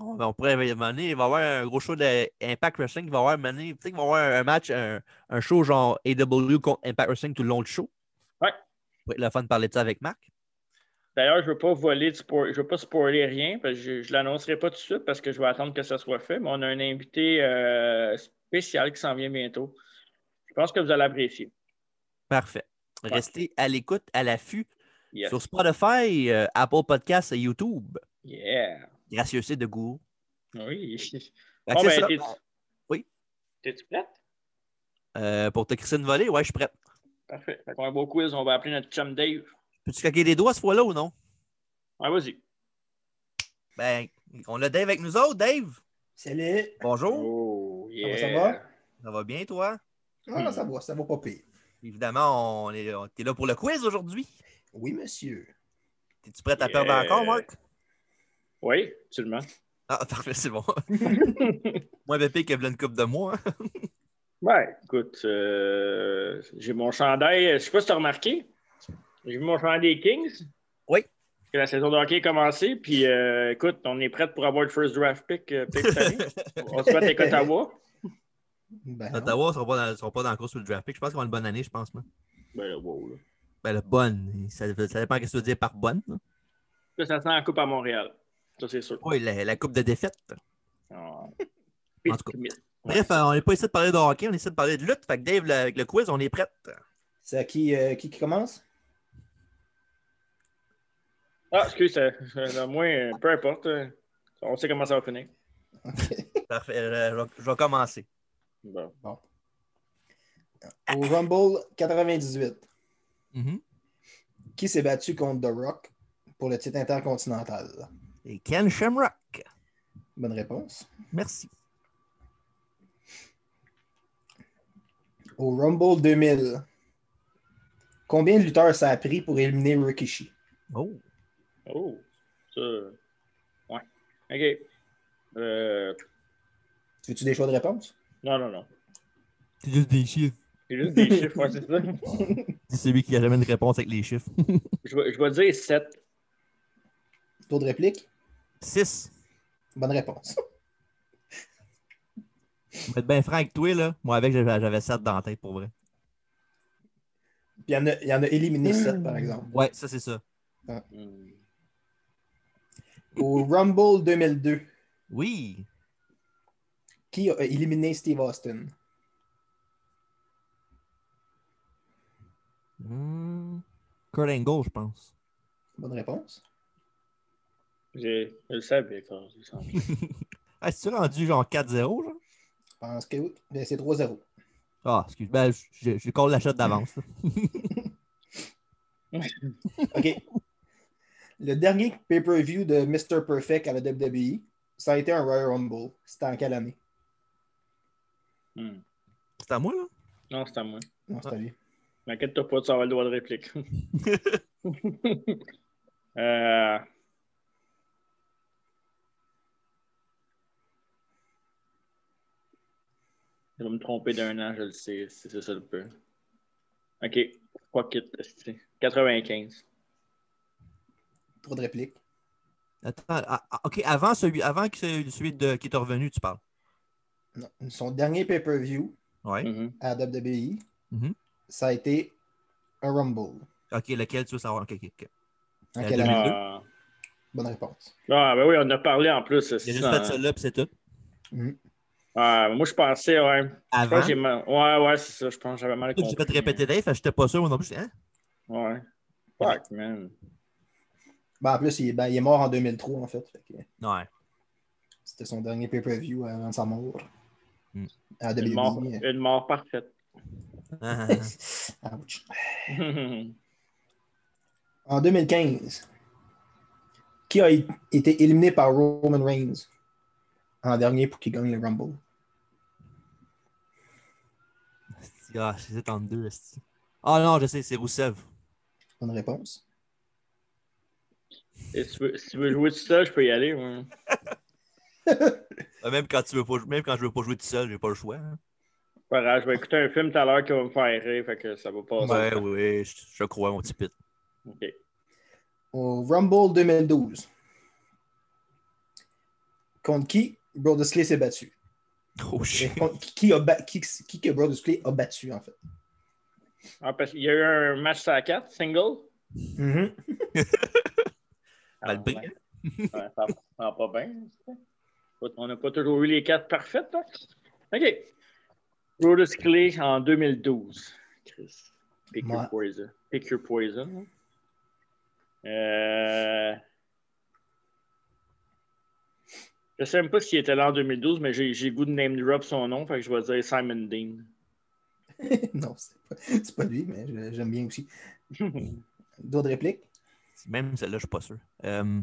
Speaker 1: On, on pourrait mener, il va y avoir un gros show d'Impact Wrestling qui va y avoir mené. Peut-être qu'il va y avoir un match, un, un show genre AW contre Impact Wrestling tout le long du show.
Speaker 2: Ouais.
Speaker 1: pourrait être le fun de parler de ça avec Marc.
Speaker 2: D'ailleurs, je ne veux pas voler, du spoil- je veux pas spoiler rien, parce que je ne l'annoncerai pas tout de suite parce que je vais attendre que ça soit fait, mais on a un invité euh, spécial qui s'en vient bientôt. Je pense que vous allez apprécier.
Speaker 1: Parfait.
Speaker 2: Ouais.
Speaker 1: Restez à l'écoute, à l'affût
Speaker 2: Yes.
Speaker 1: sur Spotify, euh, Apple Podcasts et YouTube.
Speaker 2: Yeah.
Speaker 1: Gracieux c'est de goût.
Speaker 2: Oui.
Speaker 1: Fait que
Speaker 2: Bon,
Speaker 1: c'est
Speaker 2: ben,
Speaker 1: ça.
Speaker 2: t'es-
Speaker 1: Oui.
Speaker 2: T'es-tu prête?
Speaker 1: Euh, pour te crisser une volée, ouais, je suis prêt.
Speaker 2: Parfait. Fait qu'on a un beau quiz, on va appeler notre chum Dave.
Speaker 1: Peux-tu claquer des doigts cette fois-là ou non?
Speaker 2: Ouais, vas-y.
Speaker 1: Ben, on a Dave avec nous autres, Dave.
Speaker 3: Salut!
Speaker 1: Bonjour.
Speaker 2: Oh, yeah.
Speaker 3: Ah, ben, ça va?
Speaker 1: Ça va bien, toi?
Speaker 3: Ah,
Speaker 2: Hmm.
Speaker 3: ça va, ça va pas pire.
Speaker 1: Évidemment, on est, on- t'es là pour le quiz aujourd'hui.
Speaker 3: Oui, monsieur.
Speaker 1: T'es-tu prêt à perdre
Speaker 2: Yeah.
Speaker 1: encore, Marc?
Speaker 2: Oui, absolument.
Speaker 1: (laughs) Ah, parfait, c'est bon. Moins bébé que v'là une coupe de mois.
Speaker 2: Ouais, écoute, euh, j'ai mon chandail. Je sais pas si tu as remarqué. J'ai vu mon chandail des Kings.
Speaker 1: Oui.
Speaker 2: Que la saison de hockey a commencé. Puis euh, écoute, on est prêt pour avoir le first draft pick euh, peut-être cette
Speaker 1: (laughs)
Speaker 2: année. on se bat avec Ottawa.
Speaker 3: Ben, non.
Speaker 1: Ottawa ne sera pas dans, sera pas dans la course sur le draft pick. Je pense qu'ils vont une bonne année, je pense. là.
Speaker 2: Ben là, wow, là.
Speaker 1: Ben, la bonne. Ça, ça dépend ce que tu veux dire par bonne. là.
Speaker 2: Là, ça sent la coupe à Montréal. Ça, c'est sûr.
Speaker 1: Oui, la, la coupe de défaite.
Speaker 2: Ah.
Speaker 1: En tout Bref, euh, on n'est pas ici de parler de hockey, on est ici de parler de lutte. Fait que Dave, le- avec le quiz, on est prête.
Speaker 3: C'est à qui, euh, qui qui commence?
Speaker 2: Ah, excuse, euh, euh, moi, euh, peu importe. euh, On sait comment ça va finir.
Speaker 1: Parfait, euh, je vais- je vais commencer.
Speaker 2: Bon.
Speaker 3: Au Rumble 98,
Speaker 1: Mhm.
Speaker 3: qui s'est battu contre The Rock pour le titre intercontinental?
Speaker 1: Et Ken Shamrock.
Speaker 3: Bonne réponse.
Speaker 1: Merci.
Speaker 3: Au Rumble 2000, combien de lutteurs ça a pris pour éliminer Rikishi?
Speaker 1: Oh.
Speaker 2: Oh, ça. Ouais. OK. Euh,
Speaker 3: Tu veux-tu des choix de réponse?
Speaker 2: non, non, non.
Speaker 1: C'est juste des chiffres.
Speaker 2: C'est juste
Speaker 1: (laughs)
Speaker 2: des chiffres, ouais, c'est ça.
Speaker 1: C'est celui qui a jamais une réponse avec les chiffres. (laughs)
Speaker 2: Je vais, je vais dire 7.
Speaker 3: Tour de réplique?
Speaker 1: 6.
Speaker 3: Bonne réponse. (laughs)
Speaker 1: Je vais être bien franc avec toi, là. Moi, avec, j'avais j'avais 7 dans la tête, pour vrai.
Speaker 3: Puis il y en a, il y en a éliminé 7, par exemple.
Speaker 1: Ouais, ça, c'est ça.
Speaker 2: Hmm.
Speaker 3: Au Rumble 2002,
Speaker 1: Oui.
Speaker 3: qui a éliminé Steve Austin?
Speaker 1: Hmm. Kurt Angle, je (laughs) pense.
Speaker 3: Bonne réponse.
Speaker 2: Je le savais, quand il semble.
Speaker 1: Ah, c'est-tu rendu genre 4-0, genre?
Speaker 3: Je pense que oui. Ben, C'est 3-0.
Speaker 1: Ah, excuse. Ben, je- je je colle la shot d'avance. là.
Speaker 3: OK. Le dernier pay-per-view de Mr. Perfect à la WWE, ça a été un Royal Rumble. C'était en quelle année?
Speaker 2: Hmm.
Speaker 1: C'est à moi, là?
Speaker 2: Non, c'est à moi.
Speaker 3: Non, c'était lui.
Speaker 2: M'inquiète-toi pas, tu vas avoir le droit de
Speaker 1: (laughs)
Speaker 2: réplique. euh... Je vais me tromper d'un an, je le sais. C'est c'est ça le peu. Ok. Fuck it. esti. 95.
Speaker 3: Trop de répliques.
Speaker 1: Attends, ah, ah, ok, avant celui, avant que celui celui de, qui est revenu, tu parles.
Speaker 3: Non. Son dernier pay-per-view
Speaker 1: Ouais.
Speaker 2: Mhm.
Speaker 3: à la WWE,
Speaker 1: Mhm.
Speaker 3: ça a été un Rumble.
Speaker 1: Ok, lequel tu veux savoir? Ok, ok, ok.
Speaker 3: En
Speaker 1: La
Speaker 3: quelle année?
Speaker 1: WWE.
Speaker 2: Ah.
Speaker 3: Bonne réponse.
Speaker 2: Ah, ben oui, on a parlé en plus.
Speaker 1: J'ai
Speaker 2: esti,
Speaker 1: juste
Speaker 2: dans-
Speaker 1: fait ça là, puis c'est tout.
Speaker 2: Ah, moi, je pensais, ouais. Je
Speaker 1: Avant,
Speaker 2: pense que j'ai mal- Ouais, ouais, c'est ça. Je pense que j'avais mal
Speaker 1: j'ai
Speaker 2: compris.
Speaker 1: fait répéter Dave, fait que j'étais pas sûr, moi non plus. Hein?
Speaker 2: Ouais. Fuck, man.
Speaker 3: Ben, en plus, il est, ben, il est mort en 2003, en fait. Fait que
Speaker 1: Ouais.
Speaker 3: C'était son dernier pay-per-view avant de sa mort.
Speaker 1: Mm.
Speaker 3: À E. la
Speaker 2: Une mort,
Speaker 3: WWE.
Speaker 2: une mort parfaite. (laughs)
Speaker 1: Ah, ah, (laughs)
Speaker 3: (laughs) Ouch. En 2015, qui a é- été éliminé par Roman Reigns en dernier pour qu'il gagne le Rumble?
Speaker 1: ah. Esti, Ah, j'hésite entre deux. esti. Ah non, je sais, c'est Rousseff.
Speaker 3: Bonne réponse. (laughs)
Speaker 2: Et si, tu veux, si tu veux jouer tout seul, je peux y aller. ouais.
Speaker 1: Ah, Même quand, tu veux pas, jou- même quand je veux pas jouer tout seul, j'ai pas le choix. hein.
Speaker 2: Pas grave, je vais écouter un film tout à l'heure qui va me faire rire, fait que ça va passer.
Speaker 1: Ben oui, je, je crois, mon petit pit.
Speaker 2: Ok.
Speaker 3: Au Rumble 2012, contre qui Brodus s'est battu?
Speaker 1: Oh
Speaker 3: Mais
Speaker 1: shit.
Speaker 3: contre qui, a ba- qui, qui que Brodus Clay a battu, en fait?
Speaker 2: Ah, parce qu'il y a eu un match à 4, single.
Speaker 1: Ben, le
Speaker 2: (laughs) Ah,
Speaker 1: brin.
Speaker 2: ouais. Ouais, ça va- ça va pas bien. Écoute, On n'a pas toujours eu les quatre parfaites. là. OK. Brutus Clay en 2012. Chris. Pick
Speaker 3: Ouais.
Speaker 2: your poison. Pick your poison. hein? Euh... Je sais même pas s'il était là en 2012, mais j'ai j'ai le goût de name drop son nom, fait que je vais dire Simon Dean.
Speaker 3: (laughs)
Speaker 2: (laughs)
Speaker 3: non, c'est pas, c'est pas lui, mais je- j'aime bien aussi.
Speaker 1: Mhm.
Speaker 3: D'autres répliques?
Speaker 1: Même celle-là, je suis pas sûr. Euh,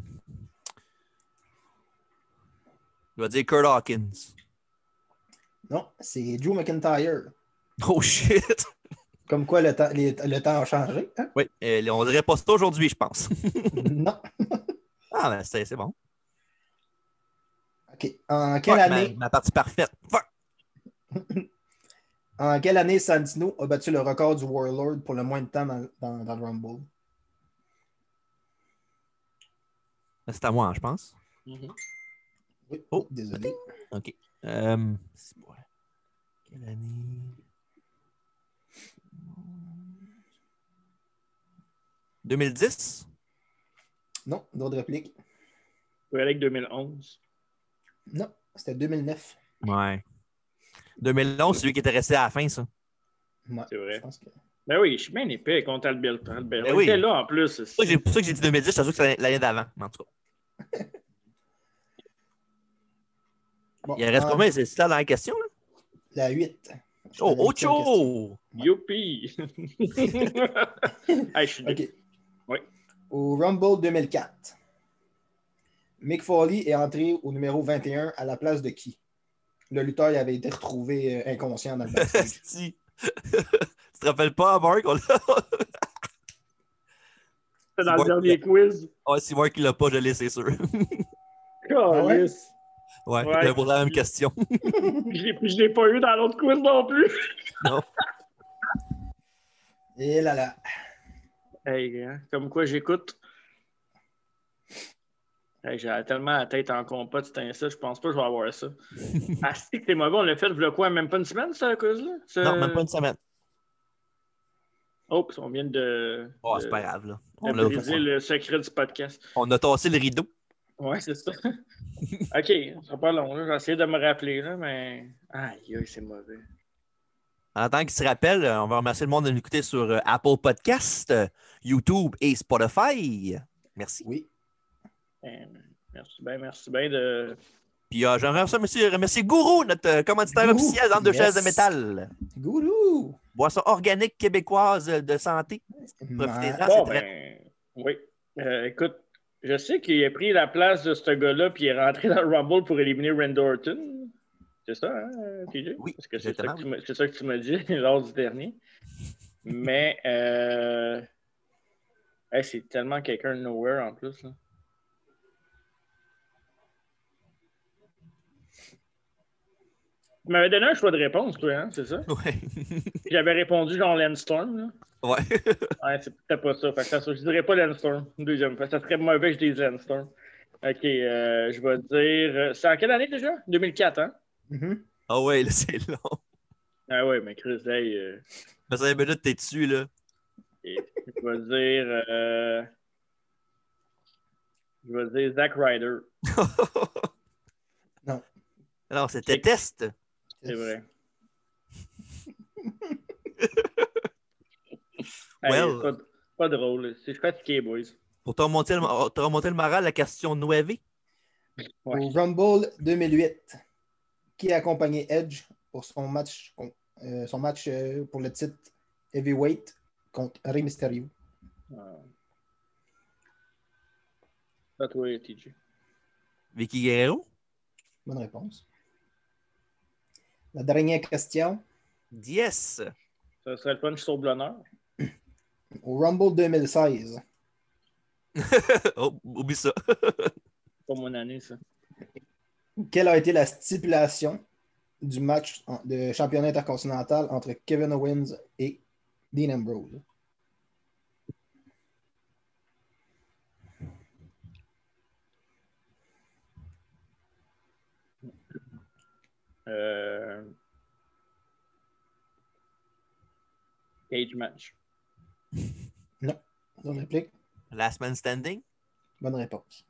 Speaker 1: Je vais dire Kurt Hawkins.
Speaker 3: Non, c'est Drew McIntyre.
Speaker 1: Oh shit!
Speaker 3: Comme quoi, le temps, les- le temps a changé. hein?
Speaker 1: Oui, euh, on dirait pas ça aujourd'hui, je pense. (laughs)
Speaker 3: non.
Speaker 1: ah, ben c'est c'est bon.
Speaker 3: OK. En quelle
Speaker 1: Fuck, ma-
Speaker 3: année?
Speaker 1: Ma, partie parfaite. Fuck!
Speaker 3: En quelle année Santino a battu le record du Warlord pour le moins de temps dans, dans- dans le Rumble?
Speaker 1: C'est à moi, hein, je pense.
Speaker 2: Mhm.
Speaker 3: Oui.
Speaker 1: Oh.
Speaker 3: Désolé.
Speaker 1: Euh, c'est quoi? Quelle année? « 2010?
Speaker 3: Non, d'autres répliques?
Speaker 2: Pour aller avec 2011.
Speaker 3: Non, c'était 2009.
Speaker 1: Ouais. 2011, c'est lui qui était resté à la fin, ça.
Speaker 3: Ouais,
Speaker 2: C'est vrai.
Speaker 3: je pense que-
Speaker 2: Ben oui, je suis bien épais contre Albert. Albert.
Speaker 1: Ben
Speaker 2: Il
Speaker 1: oui.
Speaker 2: était là en plus.
Speaker 1: C'est pour ça que j'ai- pour ça que j'ai dit 2010, je suis sûr que c'est l'année d'avant, mais en tout cas.
Speaker 3: Bon,
Speaker 1: Il en reste
Speaker 3: en-
Speaker 1: combien? C'est c'est ça dans la question, là?
Speaker 3: Ah. La 8.
Speaker 1: Oh,
Speaker 3: chose.
Speaker 1: Ocho!
Speaker 2: (laughs) Youpi! Hey, je suis
Speaker 3: OK.
Speaker 2: Oui.
Speaker 3: Au Rumble 2004, Mick Foley est entré au numéro 21 à la place de qui? Le lutteur il avait été retrouvé euh, inconscient dans le
Speaker 1: (laughs)
Speaker 3: backstage.
Speaker 1: Esti. tu te rappelles pas, Marc? On l'a- (laughs)
Speaker 2: C'était dans le
Speaker 1: Ouais.
Speaker 2: dernier quiz.
Speaker 1: Ah, si Marc il l'a pas, je l'ai, c'est sûr.
Speaker 2: Ah
Speaker 3: ouais?
Speaker 2: Calisse.
Speaker 1: Ouais,
Speaker 2: Ouais.
Speaker 1: c'était pour la même question.
Speaker 2: Je l'ai- je l'ai pas eu dans l'autre quiz non plus.
Speaker 3: Et là là.
Speaker 2: Hey, hein, comme quoi j'écoute. Hey, J'avais tellement la tête en compas, putain, ça, je pense pas que je vais avoir (laughs) ça. ah, si que t'es mauvais, on l'a fait le quoi, même pas une semaine, ça, cause-là?
Speaker 1: Non, même pas une semaine.
Speaker 2: Oh, on vient de,
Speaker 1: Oh,
Speaker 2: de-
Speaker 1: c'est pas grave, là. On,
Speaker 2: de
Speaker 1: l'a-
Speaker 2: briser le secret du podcast.
Speaker 1: on a tassé le rideau.
Speaker 2: Ouais,
Speaker 1: (laughs)
Speaker 2: c'est ça. OK, ça sera pas long, là. J'ai essayé de me rappeler, là, mais... Aïe, aïe, c'est mauvais.
Speaker 1: En tant qu'il se rappelle, euh, on va remercier le monde de nous écouter sur euh, Apple Podcast, euh, YouTube et Spotify. Merci.
Speaker 3: Oui.
Speaker 2: Ben, Merci bien, merci bien de...
Speaker 1: Puis euh, j'aimerais ça remercier, remercier Gourou, notre euh, commanditaire
Speaker 3: Gourou,
Speaker 1: officiel dans deux
Speaker 3: yes.
Speaker 1: chaises de métal.
Speaker 3: Gourou!
Speaker 1: Boisson organique québécoise euh, de
Speaker 3: (laughs)
Speaker 1: santé.
Speaker 3: Ma-
Speaker 1: Ah,
Speaker 2: bon,
Speaker 1: c'est très-
Speaker 2: ben, oui. Euh, écoute, je sais qu'il a pris la place de ce gars-là puis il est rentré dans le Rumble pour éliminer Randy Orton. C'est ça, hein, TJ?
Speaker 1: Oui,
Speaker 2: Parce que c'est ça
Speaker 1: exactement,
Speaker 2: que tu m'as- c'est ça que tu m'as dit (laughs) lors du dernier. Mais, euh, hey, c'est tellement quelqu'un de nowhere en plus. Là. Tu m'avais donné un choix de réponse, toi, hein, c'est ça?
Speaker 1: Ouais.
Speaker 2: J'avais répondu genre Landstorm, là.
Speaker 1: ouais.
Speaker 2: Ouais, c'est peut-être pas ça. Fait que ça se- je dirais pas Landstorm. Deuxième. Fait que ça serait mauvais que je dise Landstorm. Ok, euh, je vais dire. euh, C'est en quelle année déjà 2004, hein
Speaker 3: Mhm.
Speaker 1: Ah ouais, là, c'est long.
Speaker 2: Ah ouais, mais Chris, hey, euh,
Speaker 1: Mais ça minutes, t'es dessus, là.
Speaker 2: je vais dire. euh, Je vais dire Zack Ryder.
Speaker 3: (laughs) Non.
Speaker 1: Alors, c'était test.
Speaker 2: C'est vrai. Hey,
Speaker 1: Well.
Speaker 2: c'est pas, pas drôle. C'est- Je suis fatigué, boys.
Speaker 1: Pour te remonter le, oh, te remonter le moral, la question 9.
Speaker 2: Ouais.
Speaker 3: Au Rumble 2008, qui a accompagné Edge pour son match, con- euh, son match euh, pour le titre Heavyweight contre Rey Mysterio?
Speaker 2: Ah. Pas toi, TJ.
Speaker 1: Vicky Guerrero.
Speaker 3: Bonne réponse. La dernière question.
Speaker 1: Yes. (laughs)
Speaker 2: Ça serait le fun, je sauve l'honneur.
Speaker 3: Au Rumble 2016,
Speaker 1: Oh, oublie ça.
Speaker 2: C'est pas mon année, ça.
Speaker 3: quelle a été la stipulation du match en- de championnat intercontinental entre Kevin Owens et Dean Ambrose?
Speaker 2: Euh... Cage match.
Speaker 3: Bonne réplique.
Speaker 1: Last man standing.
Speaker 3: Bonne réponse.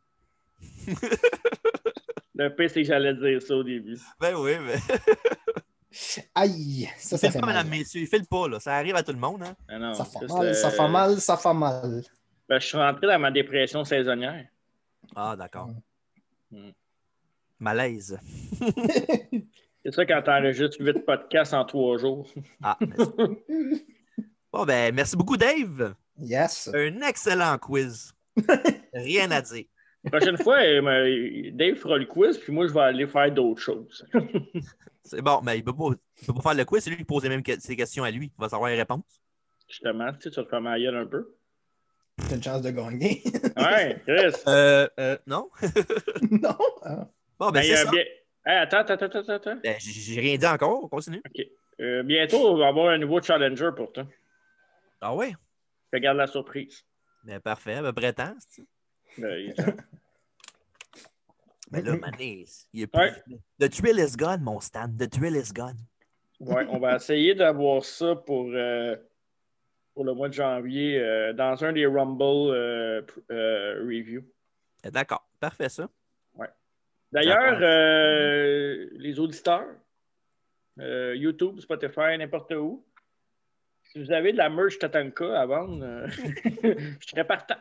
Speaker 2: Le pire, c'est que j'allais dire ça au début.
Speaker 1: Ben oui, mais.
Speaker 3: Aïe, ça, ça
Speaker 1: File
Speaker 3: fait
Speaker 1: pas,
Speaker 3: mal.
Speaker 1: madame, messieurs. File pas, là. Ça arrive à tout le monde, hein.
Speaker 2: Ah non,
Speaker 3: Ça fait
Speaker 2: ça,
Speaker 3: mal,
Speaker 2: c'est-
Speaker 3: ça fait mal, ça fait mal.
Speaker 2: Ben, je suis rentré dans ma dépression saisonnière.
Speaker 1: Ah, d'accord.
Speaker 2: Mm.
Speaker 1: Malaise.
Speaker 3: (laughs)
Speaker 2: C'est ça quand t'enregistres 8 podcasts en 3 jours.
Speaker 1: Ah, mais-
Speaker 3: (laughs)
Speaker 1: Bon, ben, merci beaucoup, Dave.
Speaker 3: Yes.
Speaker 1: Un excellent quiz. Rien à dire.
Speaker 2: Prochaine fois, euh, ben, Dave fera le quiz, puis moi, je vais aller faire d'autres choses.
Speaker 1: C'est bon, mais il peut, pas, il peut pas faire le quiz. C'est lui qui pose les mêmes que- ses questions à lui. Il va savoir les réponses.
Speaker 2: Justement, tu sais, tu te fais ma gueule un peu.
Speaker 3: T'as une chance de gagner. (laughs)
Speaker 2: Ouais, Chris.
Speaker 1: Euh, euh, non?
Speaker 3: non? Ah.
Speaker 1: Bon, ben,
Speaker 2: Ben,
Speaker 1: c'est
Speaker 2: euh,
Speaker 1: ça.
Speaker 2: bien- Hey, attends, attends, attends, attends. attends.
Speaker 1: Ben, j'ai- j'ai rien dit encore. On continue.
Speaker 2: Euh, bientôt, on va avoir un nouveau challenger pour toi.
Speaker 1: Ah oui?
Speaker 2: Je te garde la surprise.
Speaker 1: Mais parfait, ben, Bretan, c'est-tu?
Speaker 2: Ben, il-
Speaker 1: Mais Ben, là,
Speaker 3: Mhm.
Speaker 1: mané, il est plus.
Speaker 2: Ouais.
Speaker 1: The thrill is gone, mon Stan. The thrill is gone.
Speaker 2: Ouais, on va essayer d'avoir ça pour, euh, pour le mois de janvier euh, dans un des Rumble euh, pr- euh, review.
Speaker 1: Eh, D'accord, parfait ça.
Speaker 2: D'ailleurs,
Speaker 1: J'attends.
Speaker 2: euh, les auditeurs, euh, YouTube, Spotify, n'importe où, si vous avez de la merch Tatanka à vendre, euh, (laughs) je serais partant.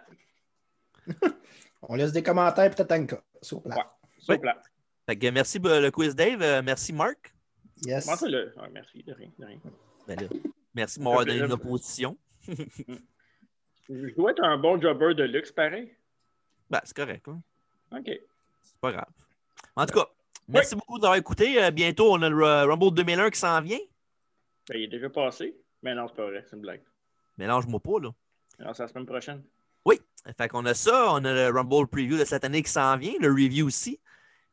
Speaker 3: On laisse des commentaires pour Tatanka sur place.
Speaker 2: Ouais. S'il vous
Speaker 1: Oui.
Speaker 2: plaît.
Speaker 1: Fait que merci pour le quiz, Dave. Euh, merci, Marc.
Speaker 3: Yes.
Speaker 2: Montre-le. Ah, merci, de rien, de rien.
Speaker 1: Ben là, merci de m'avoir donné
Speaker 2: plaisir.
Speaker 1: une opposition.
Speaker 2: Je dois être un bon jobber de luxe, pareil.
Speaker 1: Ben, c'est correct. hein.
Speaker 2: OK.
Speaker 1: C'est pas grave. En tout cas, merci beaucoup d'avoir écouté. Euh, bientôt, on a le euh, Rumble 2001 qui s'en vient.
Speaker 2: Ben, il est déjà passé. Mais non, c'est pas vrai, c'est une blague.
Speaker 1: Mélange-moi pas, là.
Speaker 2: Alors, c'est la semaine prochaine.
Speaker 1: Fait qu'on a ça, on a le Rumble preview de cette année qui s'en vient, le review aussi.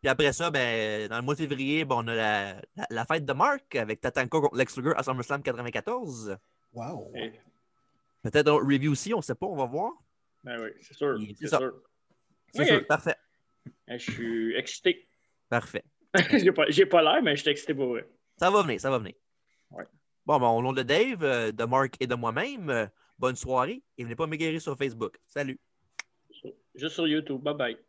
Speaker 1: Puis après ça, ben, dans le mois de février, ben, on a la, la- la fête de Marc avec Tatanka contre Lex Luger à SummerSlam 94.
Speaker 3: Wow.
Speaker 2: Et-
Speaker 1: Peut-être un autre review aussi, on ne sait pas, on va voir.
Speaker 2: Ben oui, c'est sûr.
Speaker 1: Oui, c'est
Speaker 2: C'est
Speaker 1: ça.
Speaker 2: sûr.
Speaker 1: C'est
Speaker 2: Ok.
Speaker 1: sûr, parfait.
Speaker 2: Eh, Je suis excité. (laughs)
Speaker 1: Parfait.
Speaker 2: J'ai pas, j'ai pas l'air, mais je suis excité pour vrai.
Speaker 1: Ça va venir, ça va venir.
Speaker 2: Ouais.
Speaker 1: Bon, ben, au nom de Dave, euh, de Marc et de moi-même, euh, bonne soirée et venez pas m'égarer sur Facebook. Salut.
Speaker 2: Juste sur YouTube. Bye bye.